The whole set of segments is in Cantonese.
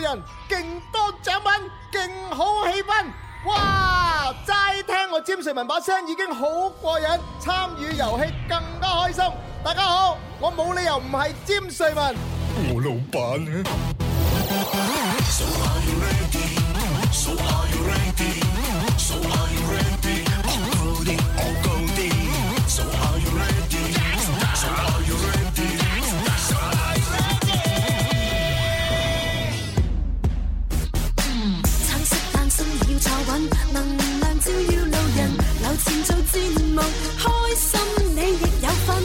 人，勁多獎品，勁好氣氛。哇！齋聽我詹瑞文把聲已經好過癮，參與遊戲更加開心。大家好，我冇理由唔係詹瑞文。我老闆啊！橙色誕生要坐穩，能量照耀路人，有前做戰夢，開心你亦有份。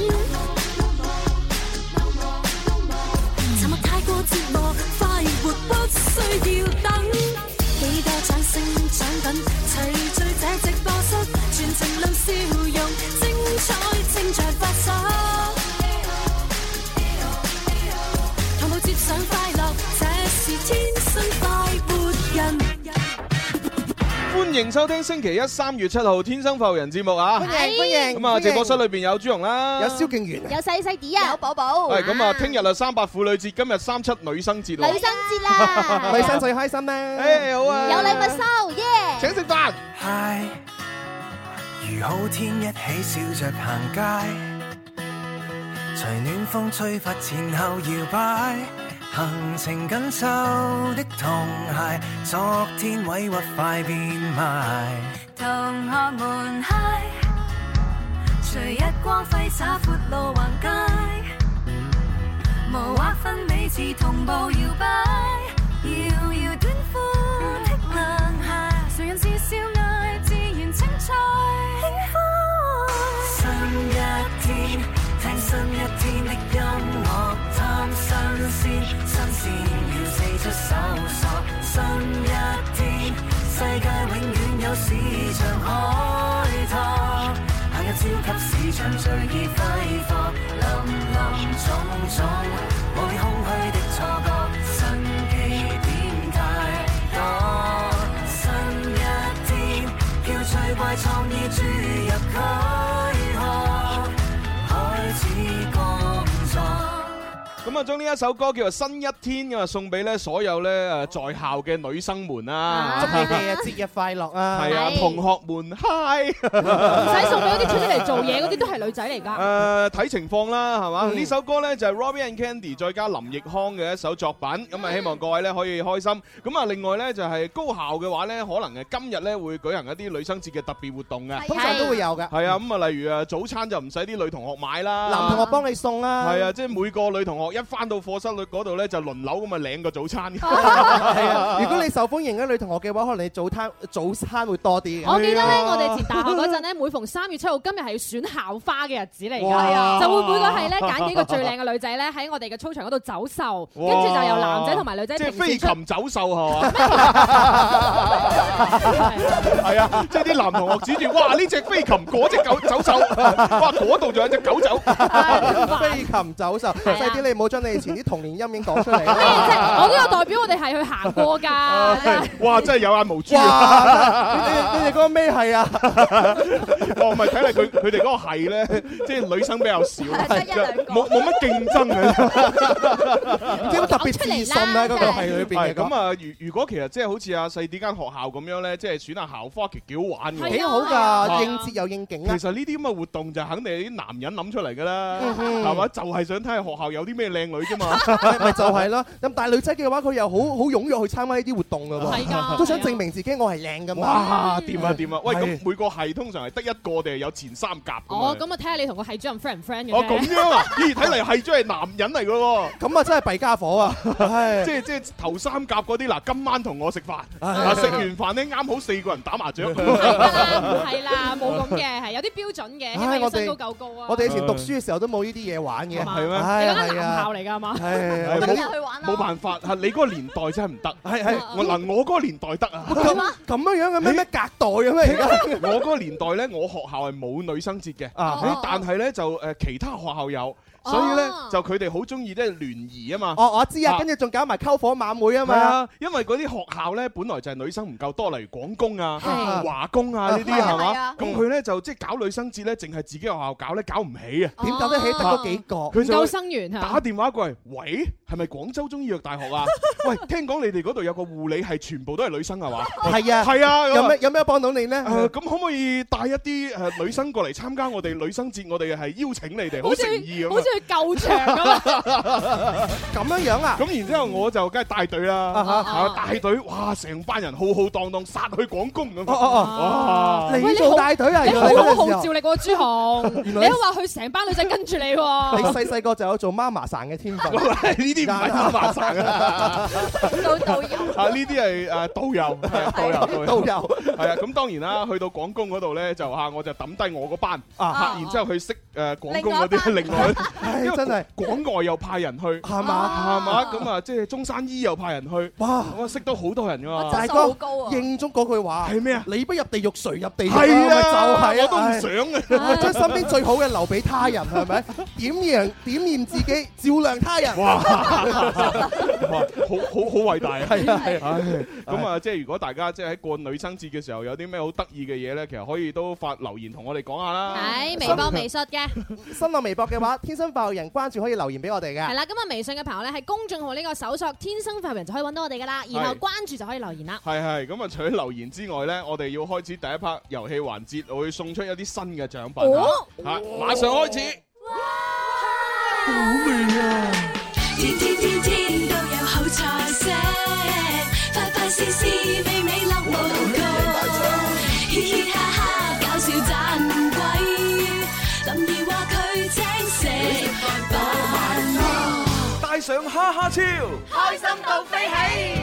沉默太過折磨，快活不需要等。幾多掌聲獎品，齊聚這直播室，全程露笑容，精彩正在發生。同步接上快樂，這是天生快活人。欢迎收听星期一三月七号《天生浮人》节目啊！歡迎歡迎咁啊，歡迎直播室里边有朱容啦，有蕭敬元有細細 à? 啲啊，有寶寶系咁啊，聽日啊三八婦女節，今日三七女生節喎女生節啦，女生最開心啦！誒好啊有禮物收，耶！請食飯。嗨，如好天一起笑着行街，隨暖風吹拂前後搖擺，行程緊收的童鞋，昨天委屈快變賣。同學們嗨，隨日光揮灑闊路橫街，無劃分彼此同步搖擺，搖搖短褲的涼鞋，誰人是少艾，自然精彩。新一天，聽新一天的音樂，貪新鮮，新鮮要四出搜索。新一天，世界永遠有市場開拓，行入超級市場隨意揮霍，林林種種，無謂空虛的錯覺，新機點太多。新一天，叫趣怪創意注入軀殼，開始工作。咁啊，將呢一首歌叫做《新一天》咁啊，送俾咧所有咧誒在校嘅女生們 À. 祝你啊！哋啊節日快樂啊！係啊，係同學們嗨！唔 使送俾嗰啲出咗嚟做嘢嗰啲都係女仔嚟 㗎。誒睇情況啦，係嘛？呢首歌呢，就係 Robbie and Candy 再加林奕匡嘅一首作品，咁啊希望各位呢可以開心。咁啊另外呢，就係高校嘅話呢，可能誒今日呢會舉行一啲女生節嘅特別活動嘅。通常都會有嘅，係啊，咁啊例如誒早餐就唔使啲女同學買啦。男同學幫你送啦。係啊，即係每個女同學一翻到課室裏嗰度呢，就輪流咁啊領個 早餐。 係啊，如果你受歡迎嘅女同學嘅話，可能你早餐早餐會多啲嘅。我記得咧，我哋前大學嗰陣咧，每逢三月七號，今日係要選校花嘅日子嚟哇係啊㗎，就會每個 係咧揀幾個最靚嘅女仔咧，喺我哋嘅操場嗰度走秀，跟哇住就由男仔同埋女仔即係平飛時出。 禽走獸係嘛？ 係啊，即係啲男同學指住，哇！呢只飛禽，嗰只狗走 獸，哇！嗰度仲有隻狗走。哎飛禽走獸，係啊細啲你唔好將你以前啲童年陰影講出嚟咩啫啊。我都有代表我哋係去行過 㗎。哇！真係有眼無珠啊！哇！你哋你哋嗰個咩係啊？ 哦，唔係睇嚟佢佢哋嗰個係咧，即係女生比較少，啊啊得一兩個冇冇乜競爭啊嘅。唔知有冇特別自信啊？嗰個係裏邊係嘅咁咁啊，如如果其實即係好似阿細啲間學校咁樣咧，即係選下校花，其實幾好玩係嘅。幾好係㗎，啊應節又 應景其啊！實呢啲咁嘅活動就肯定係啲男人諗出嚟㗎啦，係嘛？就係想睇下學校有啲咩靚女啫嘛。咪咪就係咯。咁但係女仔嘅話，佢又好好踴躍去參加呢啲活動㗎喎，係㗎都想證明自己我係靚㗎嘛。哇！掂啊掂啊！喂，係咁每個係通常係得一個定係有前三甲㗎嘛哦，咁啊睇下你同個係主任 friend 唔 friend 嘅啫。哦咁樣啊？咦，睇嚟係真係男人嚟㗎喎。咁啊真係弊家 伙啊！唉即係即係頭三甲嗰啲嗱，今晚同我食飯，唉啊食完飯咧啱好四個人打麻雀。係啦，冇咁嘅，係有啲標準嘅，因唉為我要哋身高夠高啊。我哋以前讀書嘅時候都冇呢啲嘢玩嘅，係嘛係咩唉你嗰間係男啊校，嚟㗎嘛？係冇冇去玩冇辦法，係你嗰個年代真係唔得。係係我嗱，我嗰個年代得啊，咁咁樣樣嘅咩咩隔代嘅 咩而 家我嗰個年代咧，我學校係冇女生節嘅，呃啊但係咧就誒其他學校有。所以咧哦就佢哋好中意咧聯誼啊嘛。哦，我知啊，啊跟住仲搞埋篝火晚會啊係嘛。啊，因為嗰啲學校咧，本來就係女生唔夠多，例如廣工啊、係華工啊呢啲係係啊係啊嘛，咁佢咧就即係搞女生節咧，淨係自己學校搞咧，搞唔起啊！點搞得起得嗰幾個？佢唔夠就生啊源嚇。打電話過嚟，喂，係咪廣州中醫藥大學啊？喂，聽講你哋嗰度有個護理係全部都係女生係嘛？係啊，係啊，咁啊有咩有咩幫到你呢？誒啊咁可唔可以帶一啲誒女生過嚟參加我哋女生節？我哋係邀請你哋，好好似誠意好咁啊似。去救場 咁啊！咁樣樣啊？咁然之後我就梗係帶隊啦，啊哈啊帶隊，哇！成班人浩浩蕩蕩殺去廣工咁啊。哦哦哇！哦，喂你你做好大隊啊？你原好來嗰個好時號候召力喎，朱紅， 原你來都話佢成班女仔跟住你 你哦喎，細細個就有做媽媽生嘅天分。呢啲唔係打麻生 啊，到導遊啊呢啲係誒導遊，係啊導遊，都有係啊。咁當然啦，去到廣工嗰度咧，就嚇我就抌低我嗰班，啊，嚇然之後去識誒廣工嗰啲另另外， 唉因為真係廣外又派人去，係係嘛？嘛？咁啊，即係中山醫又派人去，啊哇！我識到好多人㗎我嘛。質素好高啊！應足嗰句話係咩啊你不入地獄，誰入地獄啊？係啊，咪就係啊，我都唔 唉想啊。我將身邊最好嘅留俾他人，係咪？點燃點燃自己，照亮他人。哇！哇好好好偉大啊！啊係啊係啊，唉，咁啊，即係如果大家即係喺過女生節嘅時候有啲咩好得意嘅嘢咧，其實可以都發留言同我哋講下啊啦。喺微博、微信 嘅，新浪微博嘅話，天生快活人關注可以留言俾我哋係嘅。啦。咁啊，微信嘅朋友咧，喺公眾號呢個搜索「天生快活人」就可以揾到我哋噶啦，然後係關注就可以留言啦。係係，咁啊，除咗留言之外咧，我哋要開始第一 part 遊戲環節，我會送出一啲新嘅獎品嚇哦，嚇馬上開始。天天天天都有好菜色，快快試試美美樂無窮，嘻嘻哈哈搞笑盞鬼，林兒話佢請食飯喎。帶上哈哈超，開心到飛起。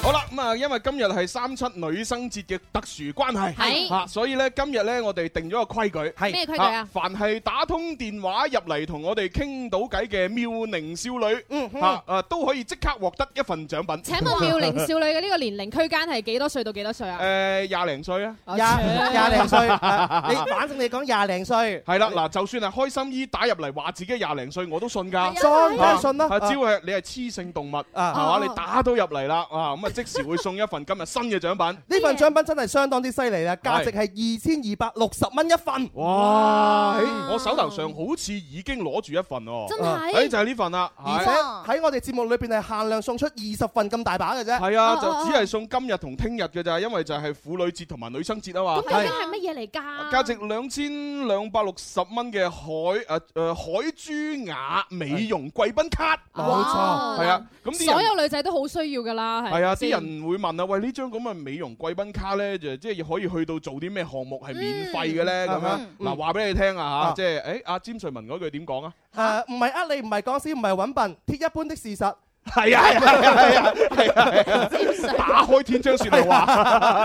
好啦，咁啊，因為今日係三七女生節嘅特殊關係，係嚇，所以咧今日咧我哋定咗個規矩，係咩規矩啊？凡係打通電話入嚟同我哋傾到偈嘅妙齡少女，嗯哼嚇啊都可以即刻獲得一份獎品。請問妙齡少女嘅呢個年齡區間係幾多歲到幾多 歲啊？誒廿零歲啊！我廿切廿零歲，啊你反正你講廿零歲，係啦，嗱，就算係開心姨打入嚟話自己廿零歲，我都信㗎。裝梗係啊信啦。啊只要啊係你係雌性動物，係啊嘛？你打到入嚟啦，啊咁啊，即時會送一份今日新嘅獎品。呢份獎品真係相當之犀利啦，價值係二千二百六十蚊一份。哇！嘿哎我手頭上好似已經攞住一份喎，真誒係就係呢份啦。而且係喺我哋節目裏邊係限量送出二十份咁大把嘅啫。係啊，就啊只係送今日同聽日嘅咋，因為就係婦女節同埋女生節啊嘛咁。究竟係乜嘢嚟㗎？價值兩千兩百六十蚊嘅海誒誒海珠雅美容貴賓卡，冇哦係啊，咁啲人所有女仔都好需要㗎啦，係咪係啊，啲先人會問啊，喂，呢張咁嘅美容貴賓卡咧，就即係可以去到做啲咩項目係免費嘅咧？咁樣嗯嗱，話俾你聽啊嚇，啊即係誒阿詹瑞文嗰句點講啊？誒，唔係呃你，唔係講笑，唔係揾笨，鐵一般的事實。係啊係啊係啊係啊係啊！打開天窗説嚟話，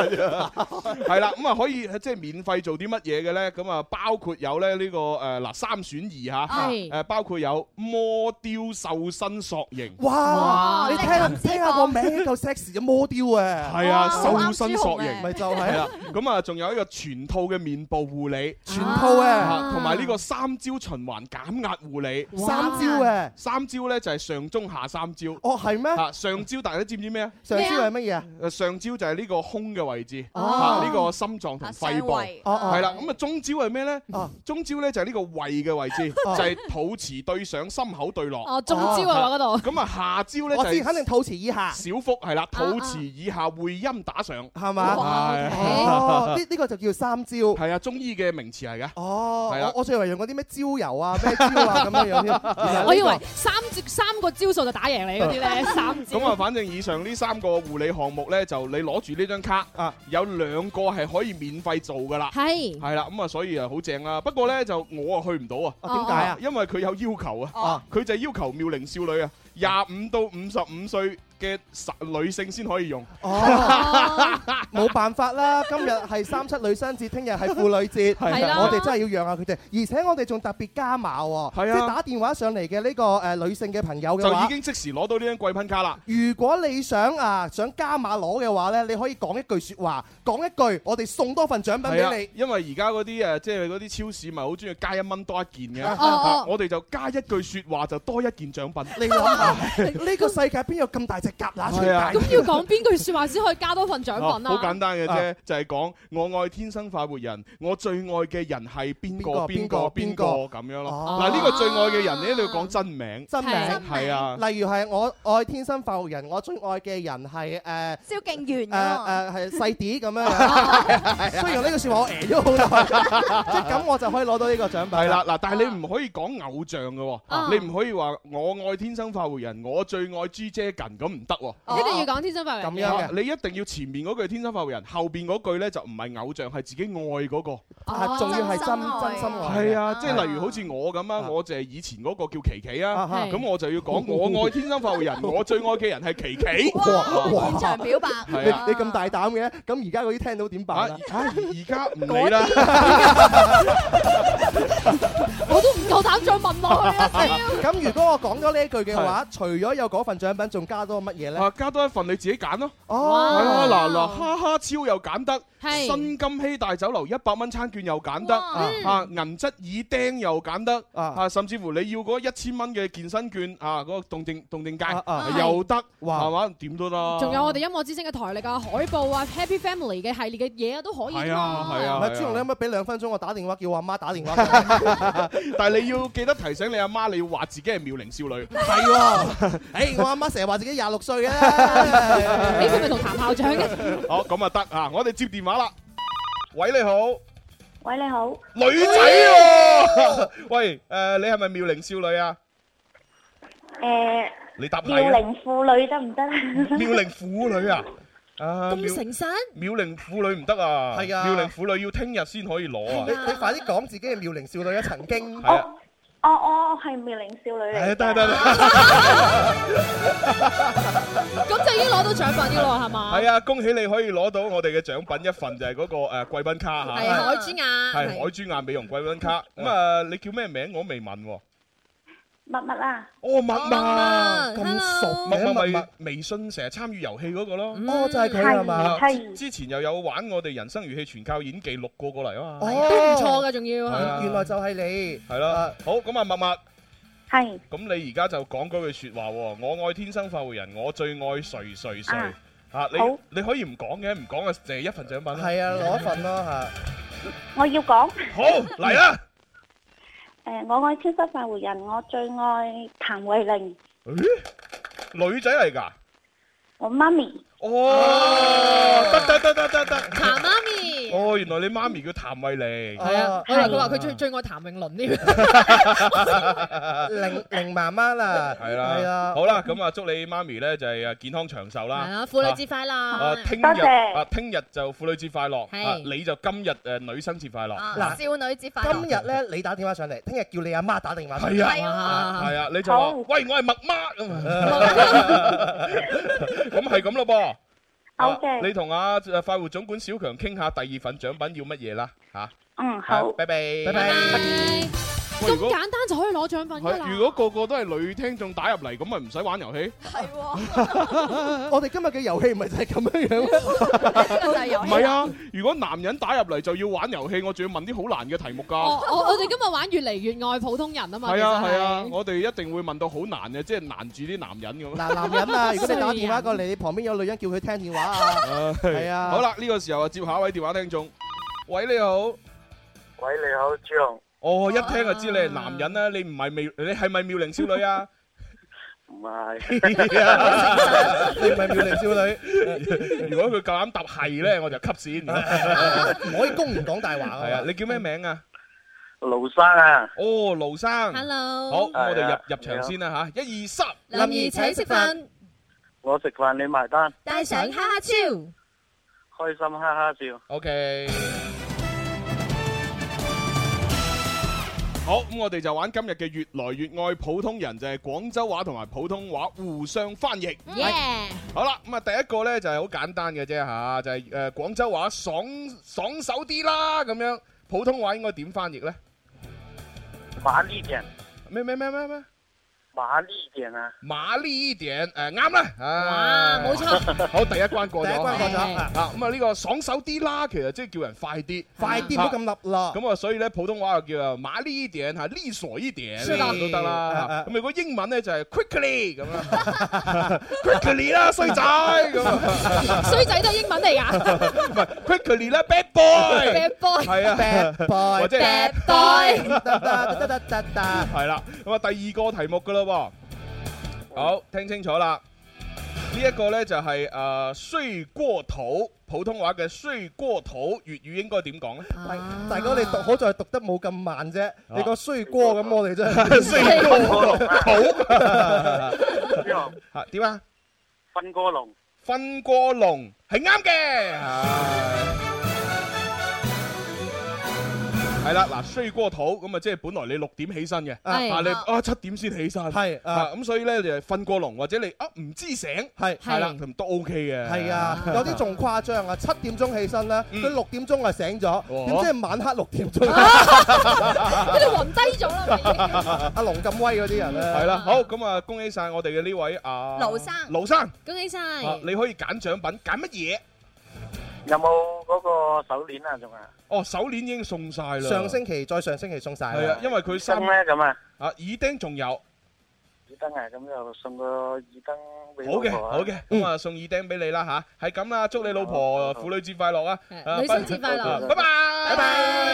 係啦，咁啊可以即係免費做啲乜嘢嘅咧？咁啊包括有咧呢個誒嗱三選二啊嚇，係誒包括有摩雕瘦身塑形。哇！哇你即聽係下咁先聽下個名夠 sexy 嘅 model 啊，係啊，哇瘦身塑好啱朱紅形啊咪就係係啦，咁啊，仲有一個全套嘅面部護理，全套啊，啊同埋呢個三招循環減壓護理。三招啊。三招咧就係上中下三招。哦，係咩？啊，上招大家知唔知咩啊？上招係乜嘢啊？誒呃上招就係呢個胸嘅位置，哦啊呢個心臟啊同肺部。上圍哦哦係啦，咁啊中招係咩咧哦？中招咧就係呢個胃嘅位置，哦就係肚臍對上，心口對落。哦中招啊！話嗰度咁啊下招咧就我知，肯係定啊肚臍以下，小腹係啦，肚臍以下會陰打上。係嘛？係哦，呢呢個就叫三招。係啊，中醫嘅名詞嚟㗎。哦，係啦我我仲以為用嗰啲咩椒油啊、咩椒 啊咁樣樣添。原來呢個我以為三招三個招數就打贏你嗰啲 咧，三招咁啊，反正以上呢三個護理項目呢，就你攞住呢張卡，啊有兩個係可以免費做噶啦，係係啦，咁啊，所以啊好正啦。不過呢，就我啊去唔到啊，啊點解啊？因為佢有要求啊，哦佢就要求妙齡少女啊，廿五到五十五歲嘅實女性先可以用。 哦，冇辦法啦！今日係三七女生節，聽日係婦女節，係啊啦我哋真係要讓下佢哋，而且我哋仲特別加碼喎，係啊即係打電話上嚟嘅呢個誒女性嘅朋友嘅就已話。經即時攞到呢張貴賓卡啦。如果你想啊想加碼攞嘅話呢，你可以講一句説話，講一句，我哋送多份獎品係啊俾，因為而家嗰啲誒，呃即係嗰啲超市咪好中意加一蚊多一件嘅，哦啊我哋就加一句説話就多一件獎你。品。你諗下， 呢個世界邊有咁大隻蛤乸啊係啊存咁要講邊句説話先可以加多份獎啊品啊？好簡單嘅啫啊，就係講我愛天生快活人，我最愛嘅人係邊個邊邊個個邊邊個邊個個咁樣咯。哦嗱，呢個最愛嘅人你一定要講真名，真名係係啊。例如係我愛天生快活人，我最愛嘅人係誒。呃蕭敬元誒哦啊，誒係細呃啲咁 樣，雖然呢個説話我呃誒咗好耐，即係咁我就可以攞到呢個獎品。係啦，，嗱，啊但係你唔可以講偶像嘅啊喎，你唔可以話我愛天生快活人，我最愛朱姐近咁唔得喎。一定要講天生快活人哦咁樣嘅啊你一定要前面嗰句天生快活人，後邊嗰句呢就唔係偶像，係自己愛嗰個。啊，仲要係真真心愛。係啊，即係啊例如好似我咁啊，啊我就係以前嗰個叫琪琪啊，啊咁我就要講 我愛天生快活人，我最愛嘅人係琪琪。啊哇哇現場表白，你係啊你咁大膽嘅，咁而家嗰啲聽到點啊！辦啊而？啊而而家唔理啦，我都唔夠膽再問落去啊！ 咁如果我講咗呢一句嘅話，除咗有嗰份獎品，仲加多乜嘢咧？ 啊加多一份你自己揀咯。係哦，啊，嗱嗱，哈哈超又揀得，係新金禧大酒樓一百蚊餐券又揀得，哇嗯啊銀質耳釘又揀得，啊啊甚至乎你要嗰一千蚊嘅健身券啊，嗰個動靜動靜界啊啊又得，哇係嘛？點都得。仲有我哋音樂之星嘅台歷啊、海報啊、Happy Family 嘅系列嘅嘢啊，都可以㗎係啊嘛係啊唔係朱紅，你可唔可以俾兩分鐘我打電話叫我阿媽打電話？但係你要記得提醒你阿媽，你要話自己係妙齡少女。 係啊喎，誒我阿媽成日話自己廿六 歲嘅。你係咪同譚校長嘅？好，咁啊得啊，我哋接電話啦。喂，你好，喂，你好，女仔喎。喂，誒，你係咪妙齡少女啊？诶、你答係妙啊。齡婦女得唔得？妙齡婦女啊？啊，妙咁誠實，妙齡婦女唔得啊。係啊妙齡婦女要聽日先可以攞啊你。你快啲講自己係妙齡少女啊！曾經係啊。我我係妙齡少女係啊嚟。得得得。係咁就已經攞到獎品嘅咯，係嘛？啊，恭喜你可以攞到我哋嘅獎品一份，就係嗰個誒貴賓卡嚇。係啊海珠雅，係海珠眼美容貴賓卡。咁啊，你叫咩名？我未問喎。乜乜啊？哦，密啊！咁咁熟咪咪嘅密咪密，微信成日參與遊戲嗰個咯。哦就係佢係嘛？啊係之前又有玩我哋人生如戲，全靠演技錄過過嚟啊嘛。哦，都唔錯㗎，仲要係啊原來就係你，係啦啊，好咁啊，默默，係咁你而家就講嗰句説話喎，我愛天生快活人，我最愛誰誰誰啊啊！你好你可以唔講嘅，唔講啊，就係一份獎品啦。係啊，攞一份咯嚇。我要講好 嚟啦！诶、誒我愛天生快活人，我最愛譚慧玲，咦女仔嚟㗎？我媽咪。哦，得得得得得得，譚媽咪，哦，原來你媽咪叫譚慧玲。Ờ, 係啊，我以為佢話佢最最最愛譚詠麟添。啊玲玲媽媽啦， 係啦，係啊，好啦，咁啊，祝你媽咪咧就係啊健康長壽啦。係啊，婦女節快啊，樂，聽日多謝啊，聽日就婦女節快樂，係啊，你就今日誒女生節快樂，啊，嗱少女節快今樂，日咧你打電話上嚟，聽日叫你阿媽打電話上嚟。係係啊，啊，哎係啊，你就話好喂，我係麥媽 咁啊，咁係咁咯噃。啊 OK 你同阿誒快活總管小強傾下第二份獎品要乜嘢啦嚇，嗯，好啊。拜拜拜拜喂咁如果簡單就可以攞獎品㗎啦。係如果個個都係女聽眾打入嚟，咁咪唔使玩遊戲？係喎，我哋今日嘅遊戲咪就係咁樣樣咯。呢個就係遊唔戲係啊，如果男人打入嚟就要玩遊戲，我仲要問啲好難嘅題目我㗎。哦我我哋今日玩越嚟越愛普通人啊嘛。係啊其實係啊，我哋一定會問到好難嘅，即係難住啲男人咁。嗱，男人啊，如果你打電衰話人過嚟，你旁邊有女人叫佢聽電話啊。係係啊好啦，呢個時候啊，接下一位電話聽眾。喂，你好。喂，你好，朱紅，哦，一聽就知你係男人啦，你唔係妙，你係咪妙齡少女啊？ 唔係， 你唔係妙齡少女，如果佢夠膽答係咧，我就吸線。係唔可以公然講大話啊。啊，你叫咩名啊？盧生啊，哦，盧生。 ，Hello，好，咁我係哋啊入入場先啦吓，一二三。林兒請食飯，我食飯你埋單，帶上哈哈超，開心哈哈笑。 OK。好，咁我哋就玩今日嘅越來越愛普通人，就係廣州話同埋普通話互相翻譯。耶！好啦，咁啊，第一個呢就係好簡單嘅啫吓，就係誒廣州話爽爽手啲啦咁樣，普通話應該點翻譯呢？麻利點，咩咩咩咩咩？麻利點啊！馬呢點誒啱啦，啊哇冇錯好第一關過咗，第一關過咗啊咁啊呢個爽手啲啦，其實即係叫人快啲，快啲唔好咁立啦。咁啊，所以咧普通話就叫啊馬呢點嚇，利索一點是啦都得啦。咁如果英文咧就係 quickly 咁啦，quickly 啦衰仔咁啊， 衰仔都係英文嚟啊 㗎。唔係 quickly 啦 bad boy Bad boy 係啊 Bad boy，或者 bad boy 得得得得得係啦，咁啊第二個題目噶啦喎，好聽清楚啦。呢一個呢就係誒睡過頭，普通話嘅睡過頭，粵語應該點講呢？大哥你讀好在讀得冇咁慢啫，你個衰哥咁我哋真衰 哥好啊點啊？分過龍，瞓過龍係啱嘅，係啦，嗱，睡過肚咁啊，即係本來你六點起身嘅，Ờ, 係啊你啊七點先起身，係啊啊咁所以咧就係瞓過龍或者你啊唔知醒，係係啦，咁都 OK 嘅， 係啊，有啲仲誇張啊！七點鐘起身咧，佢六點鐘啊醒咗，點知係晚黑六點鐘，佢哋暈低咗啦。 阿龍咁威嗰啲人咧，係啦，好咁啊，恭喜晒我哋嘅呢位啊盧生盧生，恭喜晒！啊你可以揀獎品，揀乜嘢？有冇嗰個手鏈啊？仲啊？哦，手鏈已經送晒啦，上星期再上星期送晒啦。係啊，因為佢三咩咁啊？啊，耳釘仲有。耳燈啊，咁就送個耳燈俾好嘅，老婆啊好嘅，嗯咁啊送耳釘俾你啦吓，係咁啦，祝你老嗯婆婦女節快樂啊！啊嗯女生節快樂拜拜。拜拜。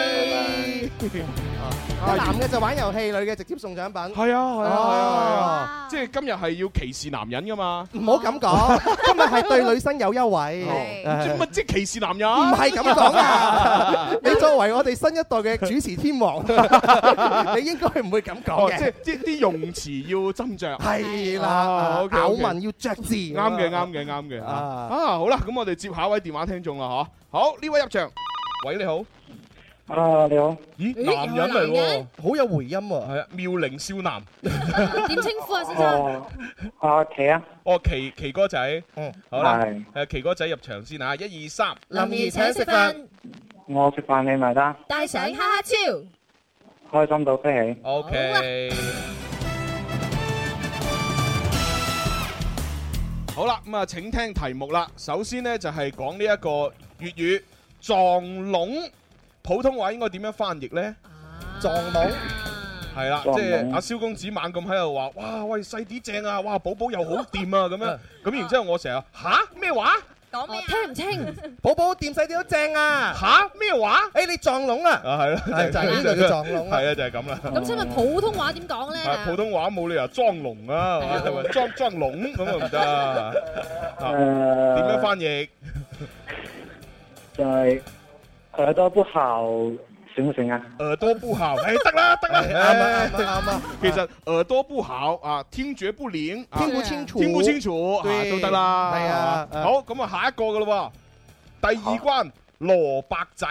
啊男嘅就玩遊戲，女嘅直接送獎品。係啊係啊係 Ờ. 啊，即係今日係要歧視男人噶嘛？唔好 咁講，今日係對女生有優惠。即係乜即係歧視男人？唔係咁講啊！你作為我哋新一代嘅主持 天王，你應該唔會咁講哦，嘅。即係即係啲用詞要斟酌。係啊哦啦， ，OK，OK 咬文要着字。啱嘅啱嘅啱嘅啊！好啦，咁我哋接下一位電話聽眾啦吓，好，呢位入場，嗯喂你好，啊你好，咦咦男人嚟有男喎，好有回音喎。係啊，妙齡少男。點稱呼啊，先生？哦，啊企啊，哦，奇奇哥仔，嗯，好啦係，誒奇哥仔入場先啊，一二三，林怡請食飯，我食飯你埋單，帶上哈哈超，開心到飛起。 ，OK，好啦，咁啊，請聽題目啦。首先呢，就係講呢一個粵語撞聾，普通話應該點樣翻譯呢？撞聾嗯係啦，即撞聾係阿蕭公子猛咁喺度話，哇喂細啲正啊，哇寶寶又好掂啊咁樣，咁然之後我成日吓咩話？講咩啊？哦聽唔清。寶寶掂細啲都正啊！吓咩話？誒你撞聾啦！啊係啦，係就係呢度叫撞聾啦係啊就係咁啦。咁請問普通話點講咧？啊普通話冇理由裝聾啊，係咪裝裝聾咁啊唔得啊。啊 Ờ, 點樣翻譯？就係耳朵不好，醒唔醒啊？耳朵不好，哎得啦得啦，呃啱啊哎啱啊啱啊！其實耳朵不好啊，聽覺不靈，啊聽不清楚，聽不清楚啊對都得啦。係啊係嘛好咁啊，下一個噶咯喎，第二關蘿蔔仔。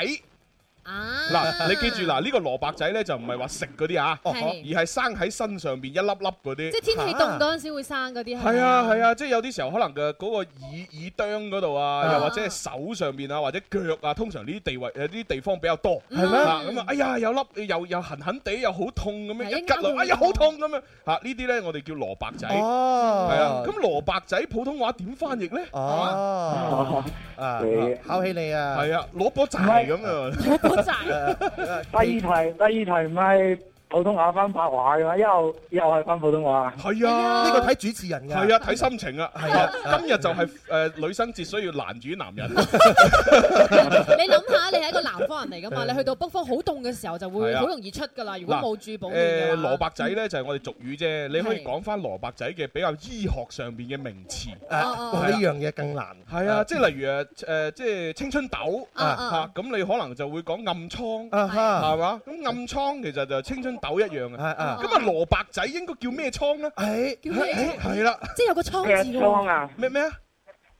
啊！嗱，你記住嗱，呢個蘿蔔仔咧就唔係話食嗰啲啊，哦係而係生喺身上邊一粒粒嗰啲。即係天氣凍嗰陣時會生嗰啲係咪係嗯啊係啊，即係有啲時候可能嘅嗰個耳耳釘嗰度啊，又或者係手上面啊，或者腳啊，通常呢啲地位誒啲地方比較多，嗯係咩啊咁啊，哎呀有粒又又痕痕地又好痛咁樣係一吉啱落，啱哎呀好痛咁樣嚇，呢啲咧我哋叫蘿蔔仔，係哦，啊，咁蘿蔔仔普通話點翻譯咧？Ờ, 哦，啊你考起你啊！係啊，蘿蔔仔咁啊，第二題，第二題唔係普通話翻白話嘅嘛，以後以後係翻普通話。係啊， 呢個睇主持人㗎。係啊，睇心情啊。係啊今日就係誒女生節，所以要攔住男人。 你諗下，你係一個南方人嚟㗎嘛？你去到北方好凍嘅時候就會係啊好容易出㗎啦。如果嗱冇住保暖啊誒嘅話呃蘿蔔仔咧就係我哋俗語啫，你可以係講翻蘿蔔仔嘅比較醫學上邊嘅名詞。哦啊哇呢樣嘢更難。係啊，即係例如誒誒，即係青春痘啊啊嚇，咁你可能就會講暗瘡，啊哈係嘛？咁暗瘡其實就青春痘一樣嘅。咁啊啊啊，蘿蔔仔應該叫咩瘡咧？誒叫咩係啦，即係有個倉字腳喎。啊，咩咩啊？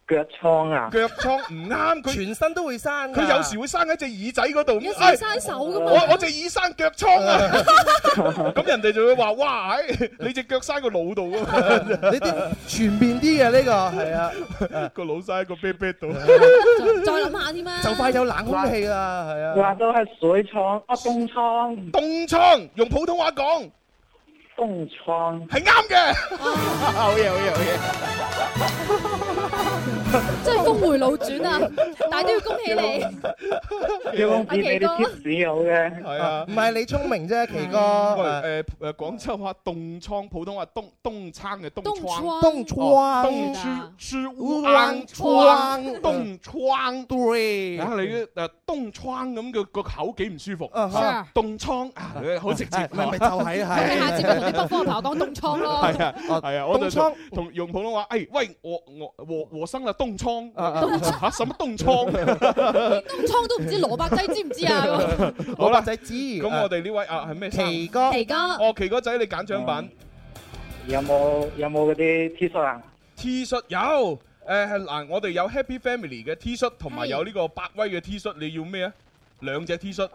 腳瘡啊，腳瘡唔啱啊佢，全身都會生㗎佢有時會生喺隻耳仔嗰度。有時哎生手㗎嘛我我隻耳生腳瘡啊！ 咁人哋就會話：哇，哎你隻腳生個腦度啊！你啲全面啲嘅呢個係啊，個腦生喺個啤啤度。再諗下添啊！就快有冷空氣啦，係啊。話都係水瘡啊，凍瘡，凍瘡用普通話講，凍瘡係啱嘅。 好嘢好嘢好嘢！真係峰回路轉啊！但係都要恭喜 你，小公子阿奇俾哥啲 tips 好嘅，係啊唔係你聰明啫，奇哥。喂，誒誒，廣州話凍瘡，普通話東東撐嘅東瘡，東窗，東輸輸烏烏哦窗瘡，東窗對啊，你嘅誒東窗咁嘅個口幾唔舒服，啊哈凍瘡啊，好直 接，咪咪就係係你下次咪同啲北方嘅朋友講凍瘡咯。 係啊係啊，我就東哦窗同同用普通話，誒喂，我我和和生啦，東窗啊啊 嚇，什麼東 窗？凍瘡都唔知蘿蔔仔知唔 知啊？好啦，仔知。咁咁我哋呢位啊係咩？奇哥，奇哥，哦，奇哥仔，你揀獎品。有冇有冇嗰啲 T 恤啊？ T 恤有。誒嗱，我哋有 Happy Family 嘅 T 恤，同埋有呢個百威嘅 T 恤，你要咩啊？兩隻 T 恤，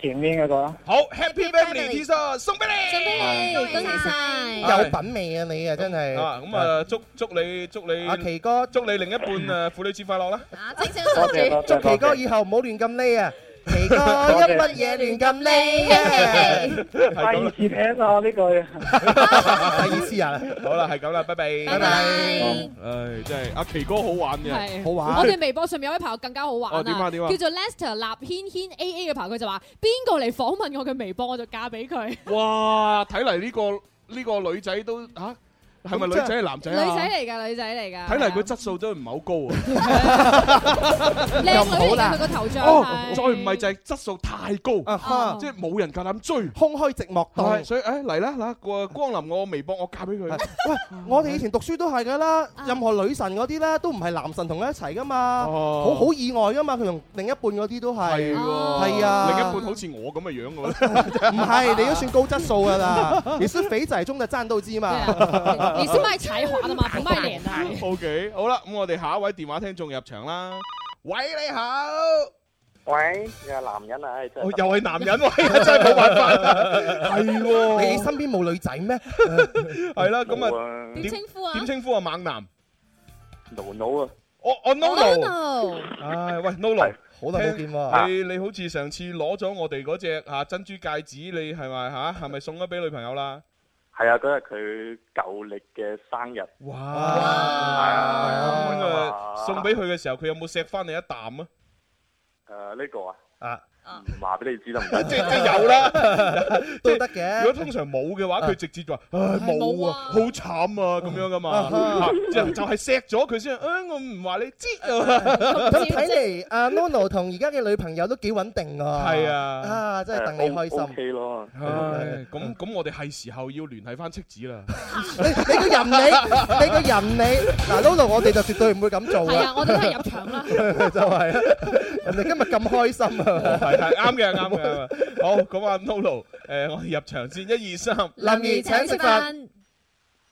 前面嗰個啊，好 Happy Family T 恤送俾你。送俾你，恭喜晒！有品味啊你啊，真係。啊，咁啊，祝祝你祝你阿奇哥，祝你另一半誒婦女節快樂啦！啊，精神多謝多謝，祝多謝奇哥以後唔好亂咁匿啊！奇哥 因乜嘢亂咁匿啊？係第咁二啦次聽啊呢句。第二次啊，好啦，係咁啦，拜拜，拜。拜。唉，真係阿奇哥好玩嘅。係好玩我哋微博上面有位朋友更加好玩哦點啊點啊叫做 Lester 立軒軒 A A 嘅朋友，佢就話：邊個嚟訪問我嘅微博，我就嫁俾佢。女哇，睇嚟呢個呢個女仔都嚇係咪女仔定男仔仔啊？嚟㗎，女仔嚟㗎。睇嚟佢質素都唔係好高啊！靚女嚟㗎，佢個頭像哦，係。再唔係就係質素太高，啊哈即係冇人夠膽追。空虛寂寞係，凍。所以誒嚟啦嗱，過光臨我微博，我嫁俾佢。喂，我哋以前讀書都係噶啦，任何女神嗰啲咧都唔係男神同佢一齊噶嘛，好哦好意外噶嘛，佢同另一半嗰啲都係係。喎，係啊另一半好似我咁嘅樣嘅喎。唔係，你都算高質素㗎啦。你是肥仔中嘅戰鬥機嘛？à? 對啊你你是賣才華的嘛，不賣臉啊！ O K，好啦，咁我哋下一位電話聽眾入場啦。喂，你好， 喂，你係男人啊，唉真哦係又係男人喎，真係冇辦法啦。係你喎，身邊冇女仔咩？係啦，咁啊啊 點稱呼啊點稱呼啊猛男？ ，no no 啊，我我 no no， no，唉喂 no no。 好耐冇見喎。你你好似上次攞咗我哋嗰只嚇珍珠戒指，你係咪嚇係咪送咗俾女朋友啦？係啊，嗰日佢舊歷嘅生日，哇！咁哇誒送俾佢嘅時候，佢有冇錫翻你一啖啊？誒呢個啊，啊，唔話俾你知得唔 得？即即有啦。都如得果嘅。啊通常冇嘅話，佢直接就話：唉冇啊，好慘啊咁樣噶嘛。啊啊就就係錫咗佢先，唉我唔話你知啊。咁睇嚟，阿 Nono 同而家嘅女朋友都幾穩定喎。係啊啊，真係等你誒開，O- 心。 OK 咯，唉咁咁，我哋係時候要聯繫翻戚子啦。你你個人 你，你個人你，嗱 Nono，我哋就絕對唔會咁做係啊啊。，我哋都係入場啦。 就係，人哋今日咁開心啊！係係啱嘅啱嘅。好咁啊，Nolo，誒我哋入場先，一二三。林怡請食飯，，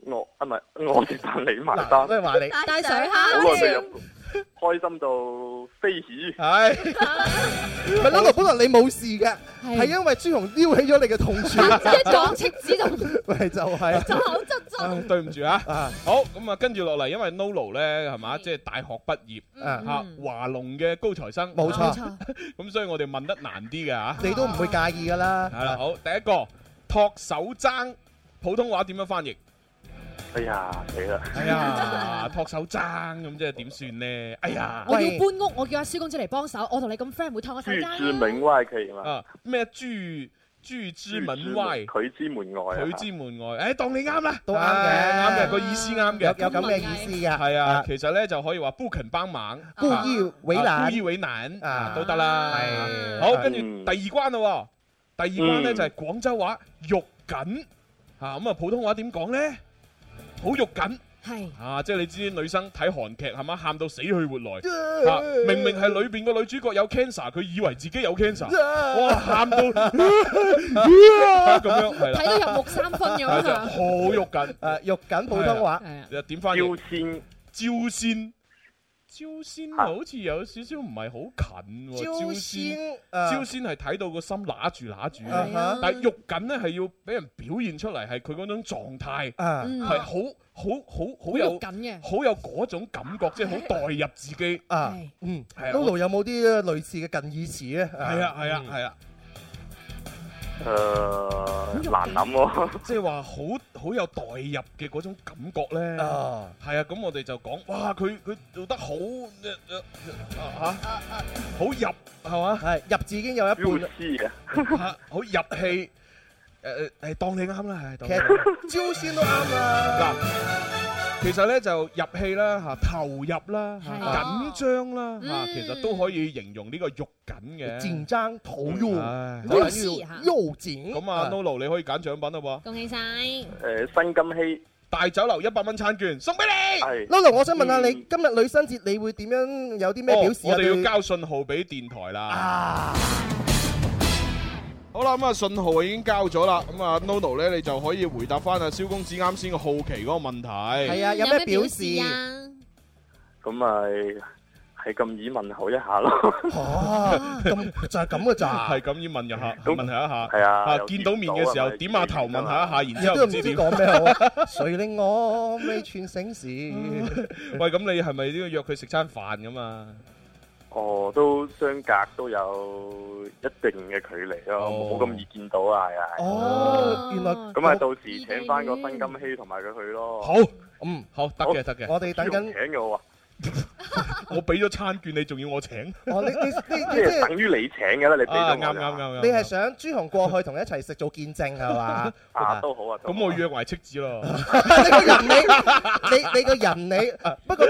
我啊唔係，我哋但你埋嗱，單，都係話你。帶水好耐未蝦。入，開心到飛起，唉。咪 Nono 本來你冇事嘅，係係因為朱紅撩起咗你嘅痛處。一講戚 子就咪就係。就口窒窒。對唔住啊！啊好咁啊，跟住落嚟，因為 Nolo 咧係嘛，即係大學畢業啊嚇，華農嘅高材生，冇錯冇錯， 咁，所以我哋問得難啲嘅嚇。你都唔會介意噶啦。係啦，好，第一個托手踭，普通話點樣翻譯？哎呀死啦，哎呀，托手踭咁即係點算呢？哎呀，我要搬屋，我叫阿蕭公子嚟幫手。我同你咁 friend，唔會拖我手拒間之啦。門外可以嘛？啊咩豬豬之門外，拒之門外啊，拒之門外，哎，當你啱啦，都啱嘅哎啱嘅個意思啱有嘅。有咁嘅意思 噶，係啊，，其實咧就可以話不勤幫忙，故意為啊難故意，為難啊啊，都得啦。係好，係跟住嗯第二關咯喎，第二關咧嗯就係廣州話肉緊啊，咁啊普通話點講咧？好肉緊係啊！即係你知女生睇韓劇係嘛，喊到死去活來 Dạ. 啊！明明係裏邊個女主角有 cancer，佢以為自己有 cancer，哇 Dạ. 喊 到 啊咁樣係啦睇，到入木三分咁啊就樣。Dạ, 好肉緊。啊誒，肉緊普通話，係啊，又點翻招譯？鮮招鮮招仙好似有少少唔係好近喎，啊招招仙仙啊招仙係睇到個心揦住揦住係啊嘅，但係肉緊咧係要俾人表現出嚟係佢嗰種狀態，啊係嗯好好好好好有肉緊嘅好有嗰種感覺，即係好代入自己啊，嗯係啊，Lulu 有冇啲類似嘅近義詞咧？係啊係啊嗯係啊。Ờ, 誒難諗喎。即係話好好有代入嘅嗰種感覺咧。係 ờ. 啊，咁我哋就講，哇！佢佢做得好呃嚇，啊啊好入係嘛？係入字已經有一半啦 à. 嘅，嚇好入戲。誒誒誒，當你啱啦，係當你其啱。招仙都啱啦。嗱，其實咧就入戲啦嚇，投入啦嚇，係緊張啦嚇，嗯其實都可以形容呢個肉緊嘅。緊張、投入唉、又好是緊又緊。咁啊，Nolo 你可以揀獎品啦喎。恭喜晒！誒，新金禧大酒樓一百蚊餐券送俾你。Ờ, 係 Lulu，我想問下你，今日女生節你會點樣有啲咩表示啊？我哋要對交信號俾電台啦。À. 好啦，咁啊，信號已經交咗啦。咁啊，Nono 咧，你就可以回答翻阿蕭公子啱先嘅好奇嗰個問題。係係啊有咩表示 à. 啊？咁咪係咁以問候一下 咯。啊，咁就係咁 嘅咋？係咁要問一 下，問下一下。係啊有見到面嘅時候點下啊頭問下一 下，然亦之都後唔知講咩 好。啊誰令我未全醒時？嗯喂，咁你係咪都要約佢食餐飯咁啊？哦，都相隔都有一定嘅距離 ờ, 咯，冇咁易見到啊，係啊。哦，原來咁啊，到時請翻個新金禧同埋佢去咯。好，嗯，好，得嘅，得嘅。我哋等請緊嘅 à. 喎， 我俾咗餐券，你仲要我請？哦，你你你即你即係係等於你請嘅啦，你俾咗啊我啱㗎啱啱啱你係想朱紅過去同你一齊食做見證係嘛？À, 啊，都好啊。咁我約埋戚子 咯。你個人你你你個人你，不過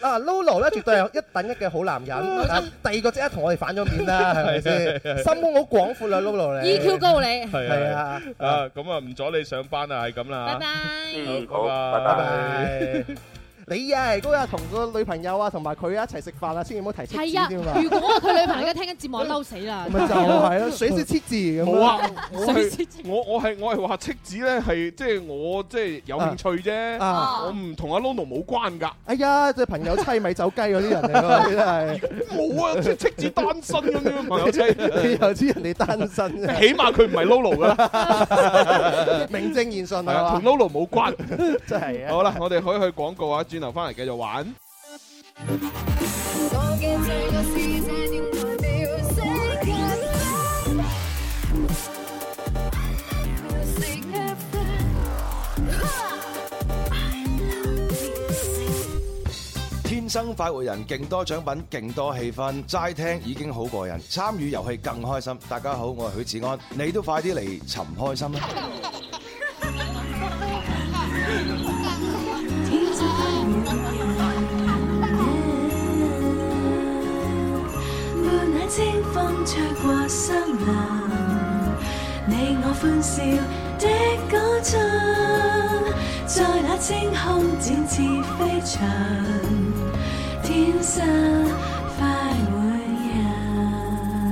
啊 Lulu 咧絕對係一等一嘅好男人，啊第二個即刻同我哋反咗面啦，係咪 先？係係係心胸好廣闊啦，Lulu 你 EQ 高你係啊。啊，咁啊唔阻你上班啊，係咁啦。拜拜拜，Ừ, 嗯好，拜拜拜。 你啊，嗰日同個女朋友啊，同埋佢一齊食飯啊，千祈唔好提妻係子啊，添嘛。如果佢女朋友而家聽緊節目，我嬲死啦！咪就係 咯，水是妻子咁樣。冇啊！我係我我係我係話戚子咧係即係我即係有興趣啫，啊啊我唔同阿 Lono 冇關㗎。哎呀，即係朋友妻米走雞嗰 啲人嚟 㗎，真係。冇啊，即係戚子單身咁 樣朋友妻，你又知人哋單身 啫起碼佢唔係 Lono 㗎啦，名正言順係 係啊，嘛同 Lono 冇關， 真係啊好啦，我哋可以去廣告啊，轉頭翻嚟繼續玩。我嘅罪惡是這電台秒息間。Music FM。天生快活人，勁多獎品，勁多氣氛，齋聽已經好過癮，參與遊戲更開心。大家好，我係許志安，你都快啲嚟尋開心啦！伴那清風吹過森林，你我歡笑的歌唱，在那青空展翅飛翔，天生快活人。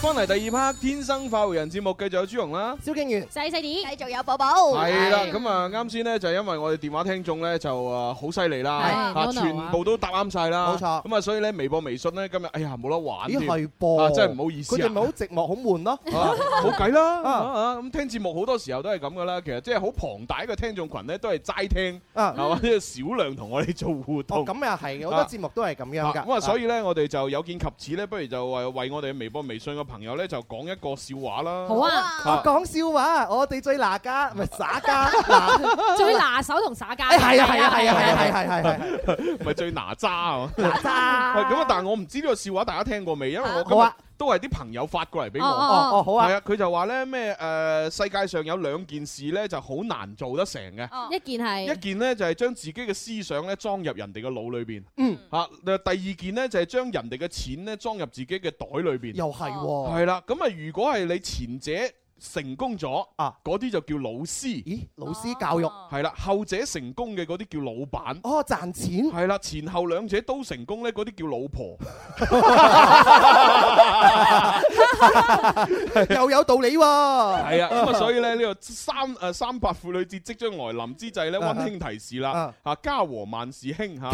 翻嚟第二 part《天生快活人》節目，繼續有朱容啦。蕭敬元，細細啲，繼續有寶哦寶，係啦，咁啊啱先咧就因為我哋電話聽眾咧就啊好犀利啦，係啊，Nono 啊全部都答啱晒啦，冇錯咁啊所以咧微博、微信咧今日哎呀冇得玩咦添，係啊噃，真係唔好意思佢哋咪啊好。寂寞，好悶咯。 啊冇計啦，啊啊啊咁聽節目好多時候都係咁噶啦，其實即係好龐大一個聽眾群咧，都係齋聽，啊係嘛，即係少量同我哋做互動。咁又係嘅，好多節目都係咁樣㗎。咁啊，所以咧，我哋就有見及此咧，不如就誒為我哋嘅微博、微信嘅朋友咧，就講一個笑話啦。好啊我講笑話，我哋最拿家，唔係耍 家，嗱最拿手同耍家，哎係啊係啊係啊係啊係啊係啊係啊係，咪最哪吒 啊？哪吒係咁啊！但係我唔知呢個笑話大家聽過未，因為我今冇日啊都係啲朋友發過嚟俾我。哦哦哦好啊係啊，佢就話咧咩誒，世界上有兩件事咧就好難做得成嘅。Ờ. 一件係一件呢就係將自己嘅思想咧裝入人哋嘅腦裏邊，嗯嚇。第二件呢就係將人哋嘅錢咧裝入自己嘅袋裏邊，又係喎啊係啦。咁啊，如果係你前者成功咗啊，嗰啲就叫老師。咦，老師教育係啦，後者成功嘅嗰啲叫老闆。哦，賺錢。係啦，前後兩者都成功咧，嗰啲叫老婆。又有道理喎。係啊，咁啊，所以咧呢個三誒三八婦女節即將來臨之際咧，啊温馨提示啦，啊家和萬事興嚇，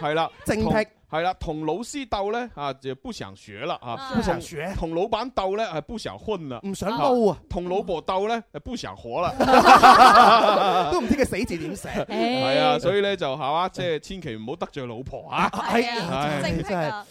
係啦，正同辟。係啦，同老師鬥咧啊，就不想學啦啊，不想學同同老闆鬥咧係不想混啦，唔想撈啊，同老婆鬥咧係不想活啦， 都唔知佢死字點寫。啊係啊，所以咧就係嘛，即係千祈唔好得罪老婆啊，係啊，真係真係啊，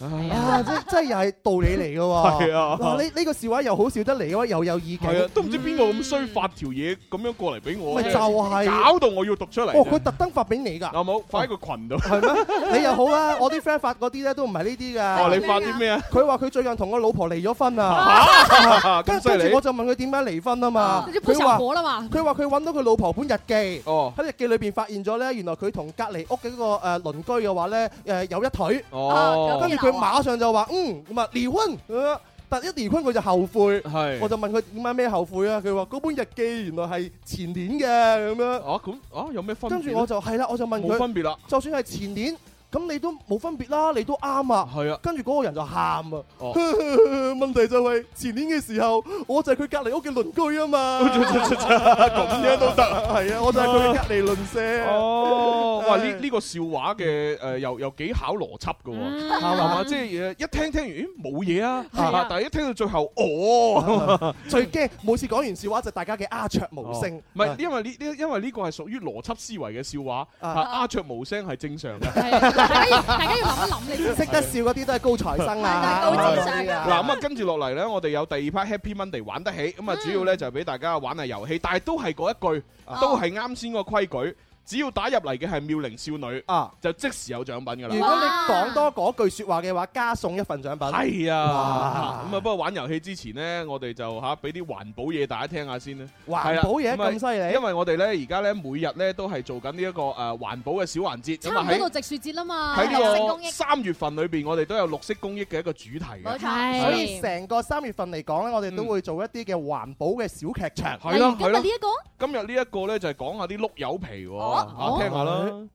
真真係又係道理嚟嘅喎。係啊嗱呢呢個笑話又好笑得嚟嘅話，又有意境。係啊，都唔知邊個咁衰發條嘢咁樣過嚟俾我，咪就係搞到我要讀出嚟。哦，佢特登發俾你㗎。有冇發喺個群度？係咩？你又好啊！我啲 friend 發嗰啲咧都唔係呢啲㗎。哦你發啲咩 啊？佢話佢最近同個老婆離咗 婚嚇啊！跟咁犀利跟住我就問佢點解離婚啊嘛？你都搬上火啦嘛佢話佢揾到佢老婆本日記，哦喺日記裏邊發現咗咧，原來佢同隔離屋嘅嗰個誒鄰居嘅話咧誒有一腿。哦啊跟住佢馬上就話嗯咁啊離婚。呃但一離婚佢就後哎悔，我就問佢點解咩後悔啊？佢話嗰本日記原來係前年嘅咁樣。哦咁啊有咩分別跟呢？住我就係啦，我就問佢冇分別啦。就算係前年，咁你都冇分別啦，你都啱啊。係啊。跟住嗰個人就喊啊。哦 問題就係前年嘅時候，我就係佢隔離屋嘅鄰居啊嘛。 咁樣都得啊係啊，我就係佢嘅隔離鄰舍。哦，哇！呢係呢個笑話嘅誒又又幾考邏輯嘅喎，嗯係嘛？即係誒一聽聽完，咦冇嘢啊，係啊啊但係一聽到最後，哦，最驚每次講完笑話就大家嘅鴉雀無聲哦。唔係因為呢呢因為呢個係屬於邏輯思維嘅笑話，啊鴉雀無聲係正常嘅。大家要諗一諗你先識得笑嗰啲 都係高材生啊，嗱咁啊，跟住落嚟咧，我哋有第二 part Happy Monday 玩得起，咁啊主要咧就係俾大家玩下遊戲，但係都係嗰一句，都係啱先個規矩，只要打入嚟嘅係妙齡少女啊，就即時有獎品㗎啦。如果你講多嗰句説話嘅話，加送一份獎品。係啊，哇咁啊，不過玩遊戲之前呢，我哋就嚇俾啲環保嘢大家聽下先啦。環保嘢係啦咁犀利因為我哋呢而家呢，每日呢都係做緊呢一個誒環保嘅小環節。咁差啊唔多喺到植樹節啦嘛，喺呢個三月份裏邊，我哋都有綠色公益嘅一個主題嘅。係所以成個三月份嚟講咧，我哋都會做一啲嘅環保嘅小劇場。係咯係咯。今日呢一個呢，就係講下啲碌柚皮喎，啊聽下啦。